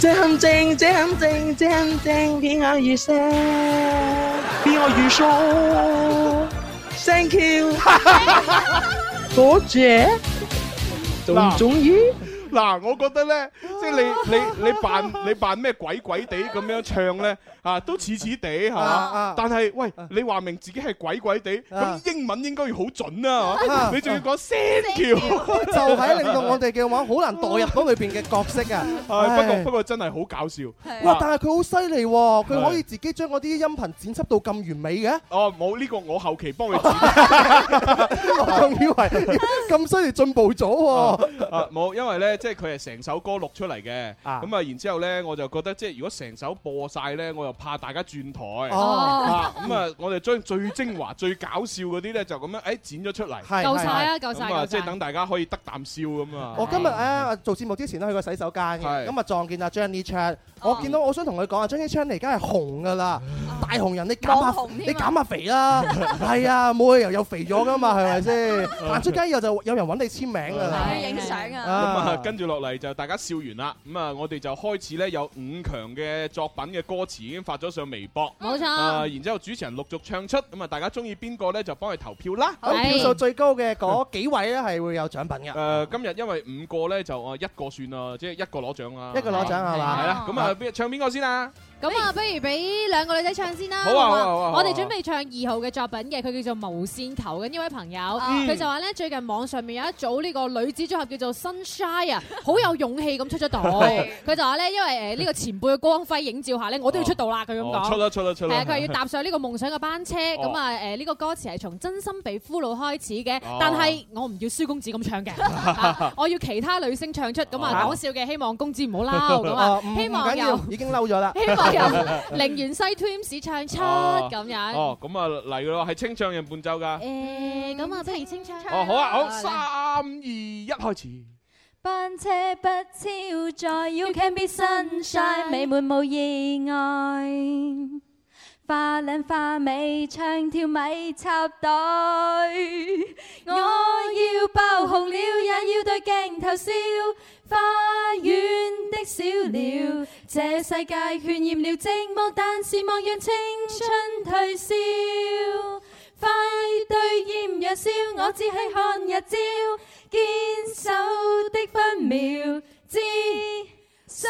這陷阱，這陷阱，這陷阱，偏我遇上，偏我遇上。Thank you，多謝，嗱仲中意？嗱，我覺得咧，即係你你你扮你扮咩鬼鬼地咁樣唱咧，啊都似似地係啊嘛啊？但係喂，你話明自己係鬼鬼地，啊咁英文應該要好準啊係嘛啊你仲要講 thank you，就係令到我哋嘅話好難代入嗰裏邊嘅角色啊！唉。不過唉不過真係好搞笑。哇！啊但係佢好犀利喎，佢可以自己將嗰啲音頻剪輯到咁完美嘅。 哦，冇呢個，我後期幫佢剪。我仲以為咁犀利進步咗喎。啊冇，因為咧，即係佢係成首歌錄出嚟嘅，咁啊，然之後咧，我就覺得即係如果成首播晒咧，我又怕大家轉台，哦啊咁啊，我哋將最精華、最搞笑嗰啲咧就咁樣誒剪咗出嚟，係夠晒啊係夠晒咁夠晒啊，即係等大家可以得啖笑咁啊。我今日咧做節目之前咧去過洗手間嘅，係咁啊撞見阿 Jenny Chan，我見到我想同佢講啊，Jenny Chan 你而家係紅噶啦，大紅人你減網紅下添啊你減下肥啦，係啊，冇理由又肥咗噶嘛，係咪先？行出街以後就有人揾你簽名噶啦，影相咁啊，跟住落嚟就大家笑完啦，咁啊，我哋就開始咧有五強嘅作品嘅歌詞已經發咗上微博，冇錯啊，然之後主持人陸續唱出，咁啊，大家中意邊個咧就幫佢投票啦。咁票數最高嘅嗰幾位咧係會有獎品嘅。誒，今日因為五個咧就啊一個算啦，即係一個攞獎啦，一個攞獎係嘛係啦，咁啊邊唱邊個先啊？咁啊，不如俾兩個女仔唱先啦。好啊嘛好啊好啊好啊我哋準備唱二號嘅作品嘅，佢叫做《無線球》嘅呢位朋友，嗯佢就話咧最近網上面有一組呢個女子組合叫做 Sunshine 啊，好有勇氣咁出咗道。係佢就話咧，因為呃誒呢個前輩嘅光輝映照下咧，我都要出道啦。佢咁哦講。出啦出啦出啦係啊，佢係要搭上呢個夢想嘅班車。哦咁啊誒呢個歌詞係從真心被俘虜開始嘅哦，但係我唔要蕭公子咁 唱嘅，啊我要其他女星唱出。咁啊哦講笑嘅，希望公子唔好 嬲咁啊哦嗯唔，希唔緊望要有。已經嬲咗啦。希望由陵園西 Twins 唱出哦咁樣。哦，咁啊嚟噶咯，係清唱定伴奏噶？誒，咁啊，不如清唱。哦，好啊，好，三二一，開始。班車不超載，You can be sunshine，美滿無意外。花靚花美，唱跳咪插袋。我要爆紅了，也要對鏡頭笑。花園的小鳥，這世界渲染了寂寞，但是望讓青春退燒。快對豔陽笑，我只係看日照，堅守的分秒，自信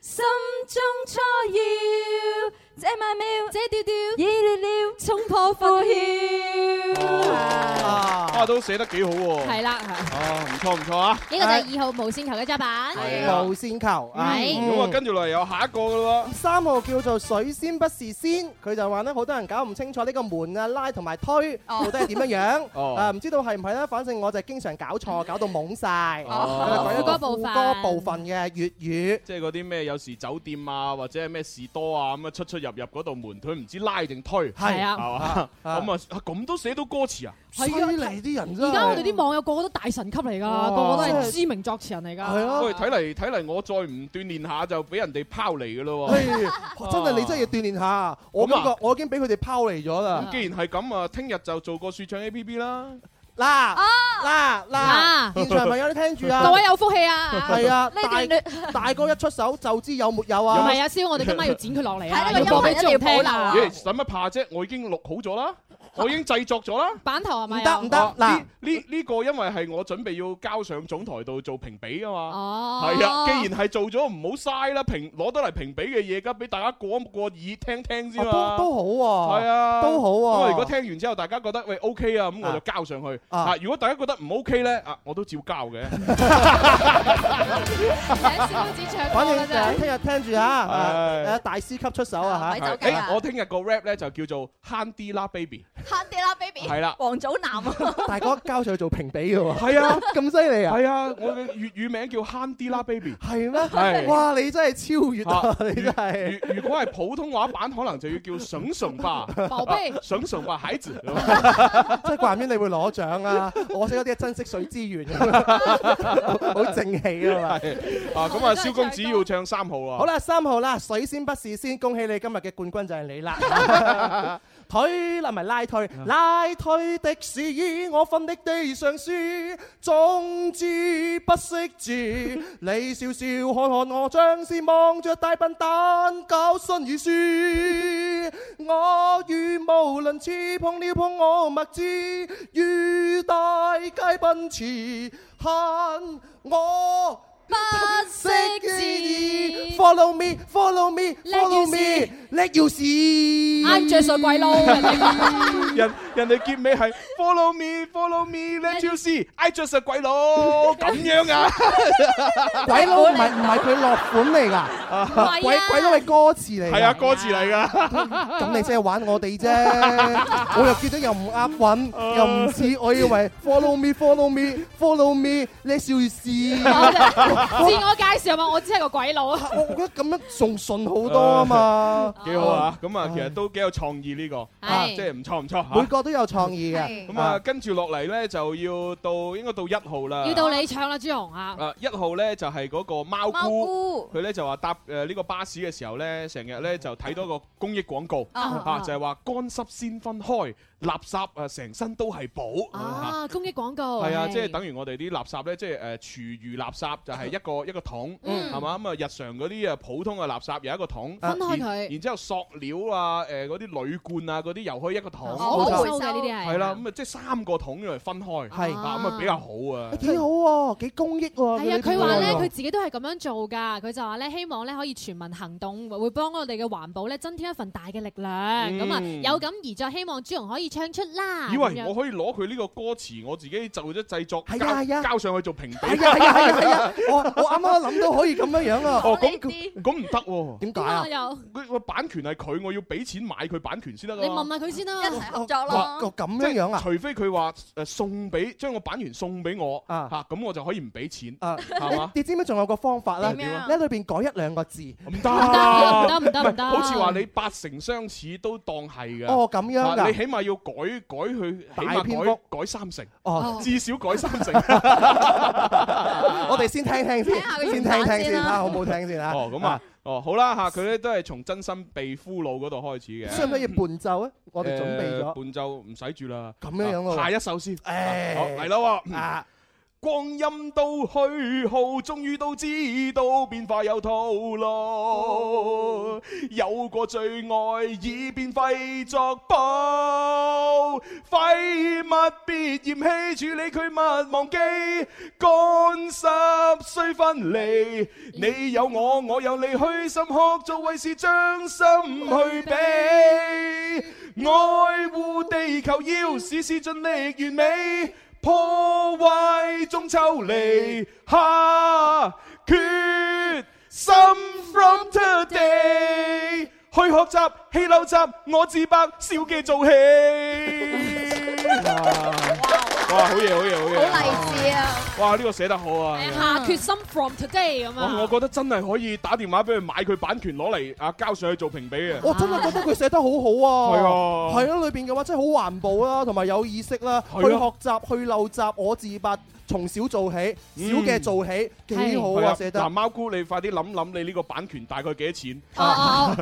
心中初要，這萬秒，這調調，已了了，衝破苦曉。啊，哇，都寫得幾好喎。係啦係啊，唔錯唔錯啊。呢個就係二號無線球嘅作品。無線球啊！嗯咁啊，跟住落嚟有下一個噶咯三號叫做水仙不是仙，佢就話咧好多人搞唔清楚呢個門啊、拉同埋推哦到底係點樣樣哦啊？唔知道係唔係咧？反正我就係經常搞錯，搞到懵晒。哦佢就講一副歌個部分副歌部分嘅粵語。即係嗰啲咩有時酒店啊，或者係咩士多啊，咁啊出出入入嗰度門，佢唔知拉定推，係啊係嘛？咁啊咁都寫到歌詞啊？犀利啲人真係而家我哋啲網友個個都大神級嚟㗎，哇個個都係知名作詞人嚟㗎。喂，睇嚟睇嚟，我再唔鍛鍊下就俾人哋拋離噶咯嘿喎。哎真係你真係要鍛鍊下，我咁啊感覺我已經俾佢哋拋離咗啦咁。既然係咁啊，聽日就做個説唱 A P P 啦。嗱嗱啊嗱，現場朋友你聽住 啊！各位有福氣啊！係啊，呢段大大哥一出手就知有沒有唔啊！係啊，蕭，我哋今晚要剪佢落嚟啊！睇呢個要播音樂俾一定要朱紅聽保留啊啊！咦，使乜怕啫？我已經錄好咗啦，我已經製作咗啦。版頭係咪？得唔得？哦嗱，呢呢個因為係我準備要交上總台度做評比啊嘛。哦係啊，既然係做咗，唔好嘥啦，評攞得嚟評比嘅嘢，咁俾大家過一過耳聽聽先嘛。哦都都好喎，啊係啊，都好咁喎。啊如果聽完之後大家覺得喂 OK 啊，咁我就交上去。啊啊，如果大家覺得唔 OK 咧，啊，我都照交嘅。反正就啊聽日聽住嚇，係誒大師級出手啊嚇！係誒我聽日個 rap 咧就叫做慳啲啦，baby。慳啲啦，baby。係啦王祖藍啊。大哥交上去做評比嘅喎，係啊， 咁犀利啊！係啊，我嘅粵語名叫慳啲啦，baby。係咩？係哇！你真係超越啊！啊 你真係如如果係普通話版，可能就要叫省省吧，寶貝啊省省吧，孩 子。真係掛面，你會攞獎啊！我識嗰啲係珍惜水資源咁， 好正氣啊嘛！係啊，咁啊，蕭公子要唱三號啊。好，啦，三號啦，水先不是先，恭喜你今日嘅冠軍就係你啦！推啦，咪拉推，拉推的士與我瞓的地上書，終於不識字。你笑笑看看我，像是望着大笨蛋搞新語書。我語無倫次，碰了碰我墨汁，與大街奔馳，恨我。不識字，follow me，follow me，follow me，let you see，啱着數鬼佬人哋 人人哋結尾係 Follow me，Follow me，Let you see，I just a 鬼 佬咁樣啊。 鬼佬唔係唔係佢落款嚟㗎，鬼鬼佬係歌詞嚟㗎，係啊，歌詞嚟㗎。咁你真係玩我哋啫， 我又見到又唔押 哦韻，又唔似，我以為 follow me，follow me，follow me，let you see， 自我我介紹嘛，我只係個鬼佬啊！我覺得咁樣仲順好多啊嘛， 幾好啊！哦咁啊，其實都幾有創意呢個，啊即係唔錯唔錯每嚇。個都有創意嘅，咁啊，跟住落嚟咧就要到應該到一號啦。要到你唱啦，朱紅啊！啊！一號咧就係嗰個貓貓姑姑，佢咧就話搭誒呢個巴士嘅時候咧，成日咧就睇到個公益廣告啊啊，就係話乾濕先分開，垃圾啊成身都係寶。啊啊，公益廣告係啊，即係等於我哋啲垃圾咧，即係誒廚餘垃圾就係一個一個桶，嗯係嘛咁啊？日常嗰啲誒普通嘅垃圾有一個桶，啊分開佢然然之後塑料啊、誒嗰啲鋁罐啊嗰啲又可以一個桶，可回收嘅呢啲係係啦，咁啊即係三個桶要嚟分開，係啊咁啊比較好啊。幾好喎，幾公益喎，à, 係啊，啲佢話咧，廣告佢自己都係咁樣做㗎。佢就話咧，希望咧可以全民行動，會幫我哋嘅環保咧增添一份大嘅力量。嗯咁啊，有感而作，希望朱紅可以唱出啦。啊以咁為樣我可以攞佢呢個歌詞，我自己就咗製作，係啊係交啊交上去做評比。係啊係啊係啊係啊！我我啱啱諗到可以咁樣樣啊！哦，咁咁唔得喎。點解啊點啊？佢個版權係佢，我要俾錢買佢版權先得㗎嘛。你問問佢先啦，一齊 Ờ, 合作哇哦咁樣樣啊即係除非佢話誒送俾將個版權送俾我嚇，嚇咁我就可以唔俾錢啊，係嘛你？你知唔知仲有個方法咧？點啊你喺裏邊改一兩個字，唔得唔得唔得唔得唔得啊好似話你八成相似都當係嘅。哦咁樣㗎啊你起碼要改改佢，起大碼篇改幅改三成， 哦至少改三 成。我哋先聽聽先，先聽聽先嚇，好唔好聽先嚇？哦，咁啊，哦，好啦嚇，佢咧都係從真心被俘虜嗰度開始嘅。需唔需要伴奏啊？我哋準備誒咗。呃伴奏唔使住啦。咁樣樣咯喎哎啊啊下一首先。誒好嚟啦 À. 喎。光陰都虛耗，終於都知道變化有套路。有個最愛已變廢作寶，廢物別嫌棄，處理佢勿忘記。乾濕須分離，你有我，我有你，虛心學做為是，將心去比。愛護地球要事事盡力完美，破壞中抽離下決心 from today 去學習，氣流集，我自白，笑記做戲。 哇！好嘢，好嘢，好嘢！勵志啊！哇！呢個寫得好啊！下決心 from today 咁哇！啊我！覺得真係可以打電話俾佢買佢版權攞嚟啊，交上去做評比嘅。我真係覺得佢寫得好好係啊！啊係啊，裏邊嘅話真係好環保啦，同埋有意識啦，去係啊學習、去陋習，我自拔，從小做起，小嘅做起，幾好嗯係啊！嗱，寫得貓姑你快啲諗諗，你呢個版權大概幾多錢？哦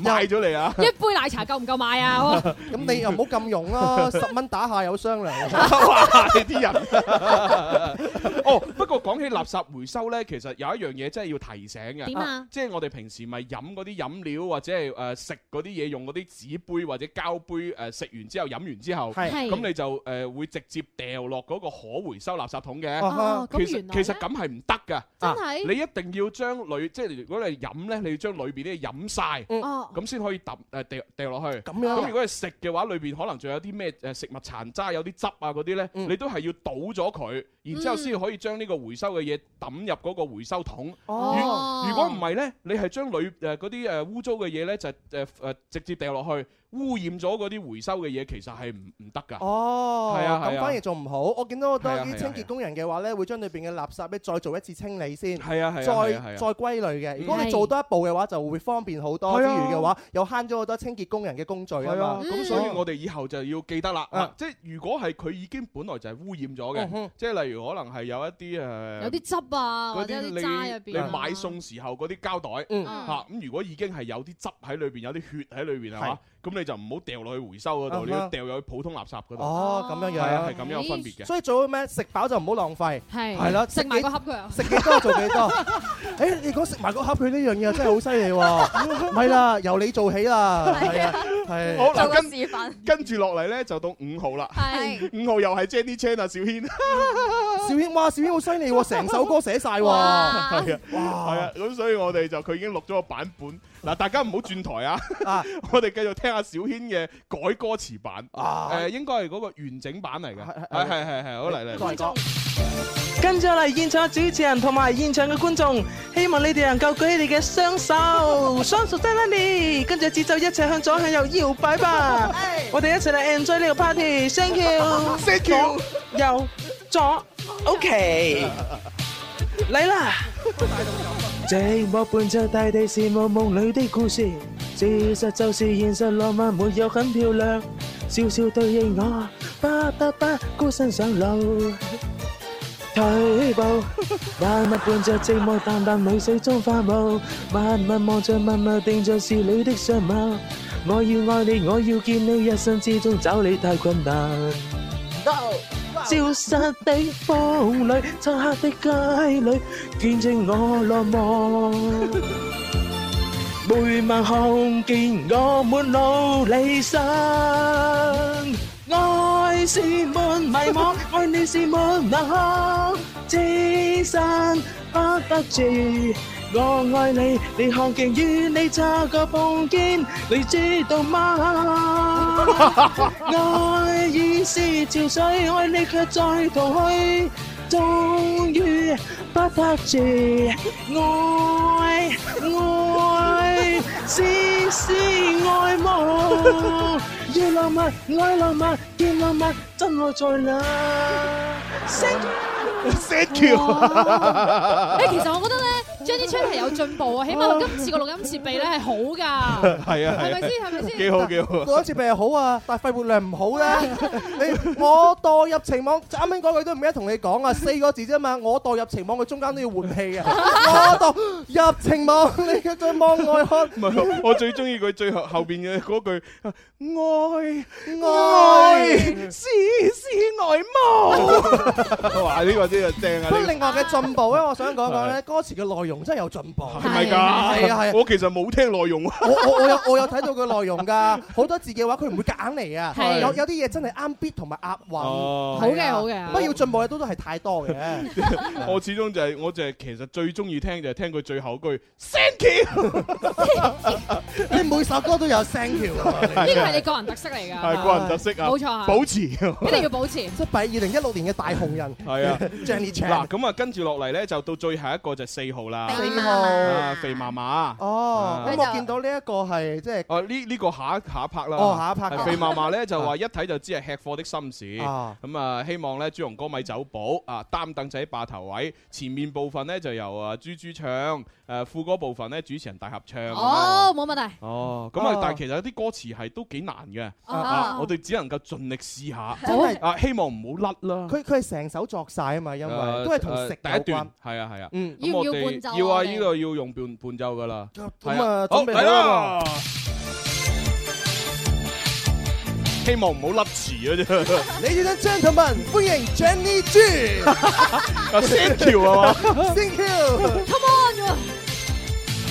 賣咗你啊！一杯奶茶夠唔夠買啊？ 咁你又唔好咁用啦，十蚊打下有商量。哇！你啲人 哦，不過講起垃圾回收呢，其實有一樣嘢真係要提醒嘅。點啊即係我哋平時咪飲嗰啲飲料或者係誒食嗰啲嘢用嗰啲紙杯或者膠杯誒食完之後飲完之後，係係咁你就誒會直接掉落嗰個可回收垃圾桶嘅。哦啊其咁實原來其實咁係唔得㗎。真啊係你一定要將裏即係如果你飲呢，你要將裏邊啲嘢飲晒，嗯哦咁先可以抌誒掉掉落去。咁樣啊咁如果係食嘅話，裏邊可能仲有啲咩誒食物殘渣，有啲汁啊嗰啲咧，嗯你都係要倒咗佢，然之後先可以將呢個回收嘅嘢抌入嗰個回收桶。哦如如果唔係咧，你係將裏誒嗰啲誒污糟嘅嘢咧，就誒誒直接掉落去，污染咗嗰啲回收嘅嘢，其實係唔唔得㗎。哦，係啊係咁啊反而仲唔好。我見到好多係啊係啲啊清潔工人嘅話咧，會將裏邊嘅垃圾咧再做一次清理先，係啊係啊係啊係再啊再歸類嘅。如果係你做多一步嘅話，就會方便好多之係餘啊嘅話，又慳咗好多清潔工人嘅工序啊係啊嘛，。咁所以我哋以後就要記得啦啊，即係如果係佢已經本來就係污染咗嗯哼嘅，即係例如可能係有一啲誒有啲汁啊，嗰或者啲有啲渣入你你邊啊。買餸時候嗰啲膠袋，嗯嚇咁如果已經係有啲汁喺裏邊，有啲血喺裏邊係嘛，咁你就唔好掉落去回收嗰啊哈度，你要掉入去普通垃圾嗰度。哦，咁樣樣係啊係咁有分別嘅。所以做咩食飽就唔好浪費，係係啦，食埋個幾盒佢啊食幾多做 幾多。誒，你講食埋個盒佢呢樣嘢真係好犀利喎，唔係啦，由你做起啦，係啊，係。好嗱，跟跟住落嚟咧就到五號啦，五號又係 Jenny Chan 啊，小 軒。小軒哇，小軒好犀利喎，成首歌寫晒喎。係啊，係啊，咁所以我哋就佢已經錄咗個版 本，嗱，大家唔好轉台啊， 我哋繼續聽下小軒嘅改歌詞版，誒，應該係嗰個完整版嚟嘅，啊係係係係，好嚟嚟嚟。跟住嚟現場嘅主持人同埋現場嘅觀眾，希望你哋能夠舉起你嘅雙手，雙手伸拉你，跟住節奏一齊向左向右搖擺吧。我哋一齊嚟 enjoy 呢個 party，thank you，thank you，右左，OK，嚟啦！寂寞伴着大地是我夢裏的故事，事實就是現實浪漫沒有很漂亮，笑笑對應我，不得不孤身上路。退步，默默伴着寂寞淡淡淚水中發夢，默默望着默默定着是你的相貌，我要愛你，我要見你，一生之中找你太困難。消失的風裏，漆黑的街裏，見證我落寞。每晚看見我滿腦理想，愛是滿迷惘，愛你是滿冷酷，此生不得住。我愛你，你看見與你擦過碰見，你知道嗎？愛已是潮水，愛你卻在逃去，終於不得住。愛愛是是愛慕，要浪漫愛浪漫，見浪漫真愛在哪？Thank you。 Thank 哇誒，其實我覺得咧，Jenny Chan 係有進步啊，起碼佢今次個錄音設備咧係好㗎。係啊，係咪先係咪先 幾好幾好。嗰一次病係好啊，但係肺活量唔好咧。你我墮入情網，啱啱嗰句都唔記得同你講啊，四個字啫嘛。我墮入情網，佢中間都要換氣嘅。我墮入情網，你卻在網外看。唔係，我最中意佢最後後邊嘅嗰句愛愛是是愛慕， 哇！呢個真係正啊！不過另外嘅進步咧，我想講講咧，歌詞嘅內容真係有進步，係係咪㗎？係啊係啊。我其實冇聽內容啊。我我我有我有睇到佢內容㗎，好多字嘅話佢唔會夾硬嚟啊，係有有啲嘢真係啱 beat 同埋押韻，哦係啊好嘅好嘅不過要進步嘅都都係太多嘅。 我始終就係我就係其實最中意聽就係聽佢最後嗰句， 你唔每首歌都有聲調啊喎。呢個係你個人特色嚟㗎。係個人特色啊冇錯啊，保持一定要保持。即係二零一六年嘅大紅人，係啊，Jenny Chan 嗱，咁啊，跟住落嚟咧，就到最後一個就四號啦。肥媽媽啊啊，肥嫲嫲。哦，啊咁我見到呢一個係即係哦，呢呢個下一下一 part 啦。哦下一 part 係肥嫲嫲咧就話一睇就知係吃貨的心事。啊咁啊，希望咧朱紅哥咪走寶啊，擔凳仔霸頭位。前面部分咧就由啊豬豬唱，誒副歌部分咧主持人大合唱。哦，冇問題。哦，咁啊哦，但係其實有啲歌詞係都幾難嘅，啊啊，我哋只能夠盡力試下真係，啊，希望唔好甩啦。佢佢係成首作晒啊嘛，因為誒都係同誒食呃第有一關段。係啊係啊，嗯咁要唔我要哋伴奏啊要啊，我哋呢個要用伴伴奏噶啦，咁係啊好準備嚟好啦啦希望唔好甩詞啊啫。 Ladies and gentlemen，歡迎 Jenny G。啊，thank you 啊嘛，Thank you。 Come on 喎。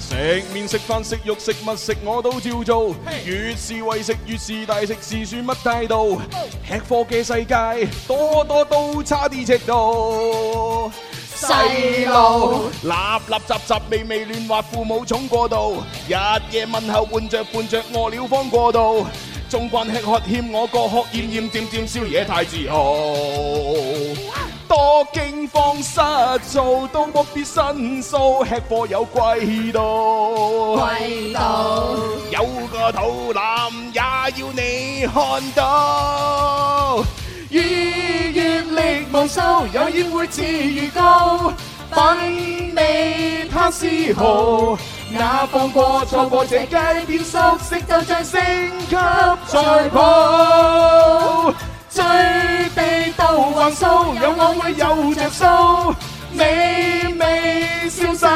食面食飯食肉食物食我都照做，越是為食越是大食是算乜態 Oh 度？吃貨嘅世界多多都差啲尺度。細路立立雜雜味味亂話，父母寵過度，日夜問候換着伴着餓了方過度。縱慣吃喝欠我個殼，厭厭漸漸宵夜太自豪。多驚慌失措，都不必申訴，吃貨有貴度，貴 Ờ. 道有個肚腩也要你看到。愉悦力無數，有宴會自如高，品味他絲毫。那放過錯過這街邊熟食，就像升級菜譜。最地道還數，有我會有着數，美味燒生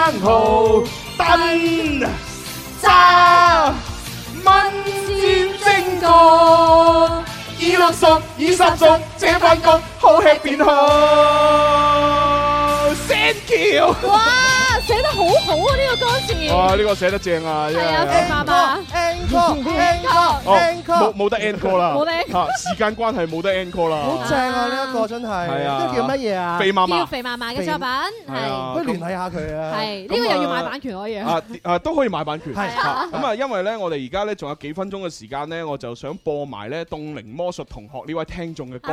蠔燉炸。蚊尖蒸過，以六熟以十熟，這飯局好吃便好。Thank you。哇，寫得好好啊！呢個歌詞。哇！呢個寫得正啊，真係啊，係肥。媽媽。 Encore，encore，encore 哦，冇冇得 end call 啦，冇得 end 啊時間關係冇得 end call 啦。好正啊！呢一個真係，係啊呢個叫乜嘢啊？肥媽媽叫肥嫲嫲嘅作品係啊係。可以聯繫下佢啊。係呢個又要買版權可以。啊啊都可以買版權，係啊咁啊，因為咧，我哋而家咧仲有幾分鐘嘅時間咧，我就想播埋咧《凍齡魔術同學》呢位聽眾嘅歌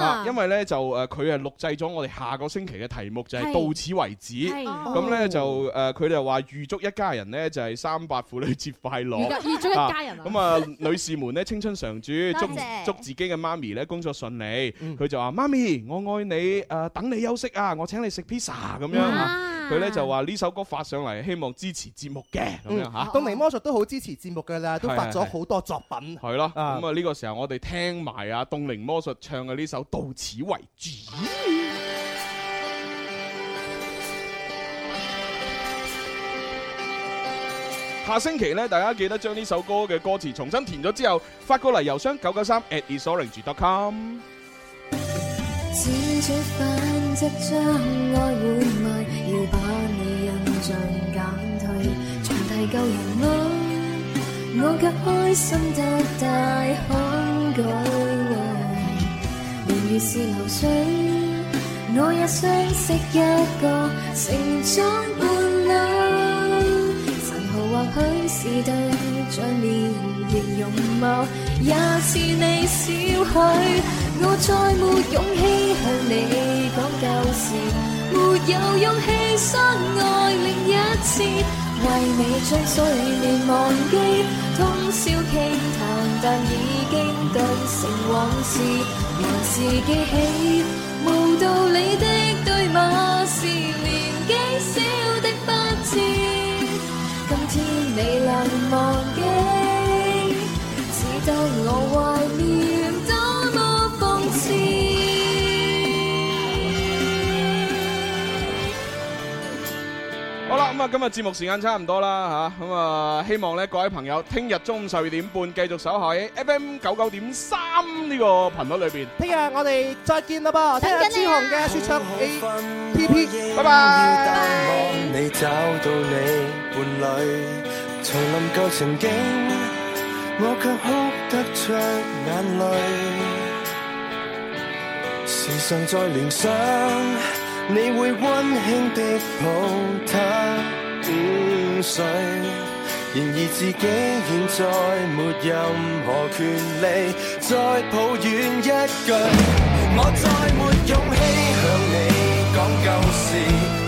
啊，因為咧就誒佢係錄製咗我哋下個星期嘅題目就係係到此為哦止，係咁咧就誒佢哋話預祝一家人咧就係三八婦女節快樂，預祝預祝一家人啊啊咁啊，女士們咧青春常駐，多祝謝嗯祝自己嘅媽咪咧工作順利，佢就話媽咪我愛你誒，等你休息啊，我請你食 pizza 咁樣啊，佢咧就話呢首歌發上嚟，希望支持節目嘅咁樣嗯嚇。嗯東尼魔術都好支持節目㗎啦，都發咗係係係好多作品。係咯，咁啊呢個時候我哋聽埋啊凍齡魔術唱嘅呢首《到此為止》。下星期咧，大家記得將呢首歌嘅歌詞重新填咗之後，發過嚟郵箱九九三 at isorange.com。剪出反則將愛換來，要把你印象減退，長提舊人愛，我卻開心得大慷慨。年月是流水，我也相識一個成長伴侶。神豪或許是對像年月容貌，也是你少許。我再沒勇氣向你講舊事，沒有勇氣相愛另一次，為你將所有年忘記，通宵傾談，但已經當成往事，還是記起無道理的對罵，是年紀小的不智，今天未能忘記。只得我懷念多麼諷刺。好啦，咁啊，今日節目時間差唔多啦吓，咁啊，希望咧各位朋友聽日中午十二點半繼續守喺 FM 九九點三呢個頻率裏邊。聽日我哋再見啦噃，聽日朱紅嘅説唱 A P P，要拜拜。淡忘你找到你伴侶，重臨舊情景，我卻哭得出眼淚。時常在聯想，你會温馨的抱他午睡。然而自己現在沒任何權利再抱怨一句，我再沒勇氣向你講舊事。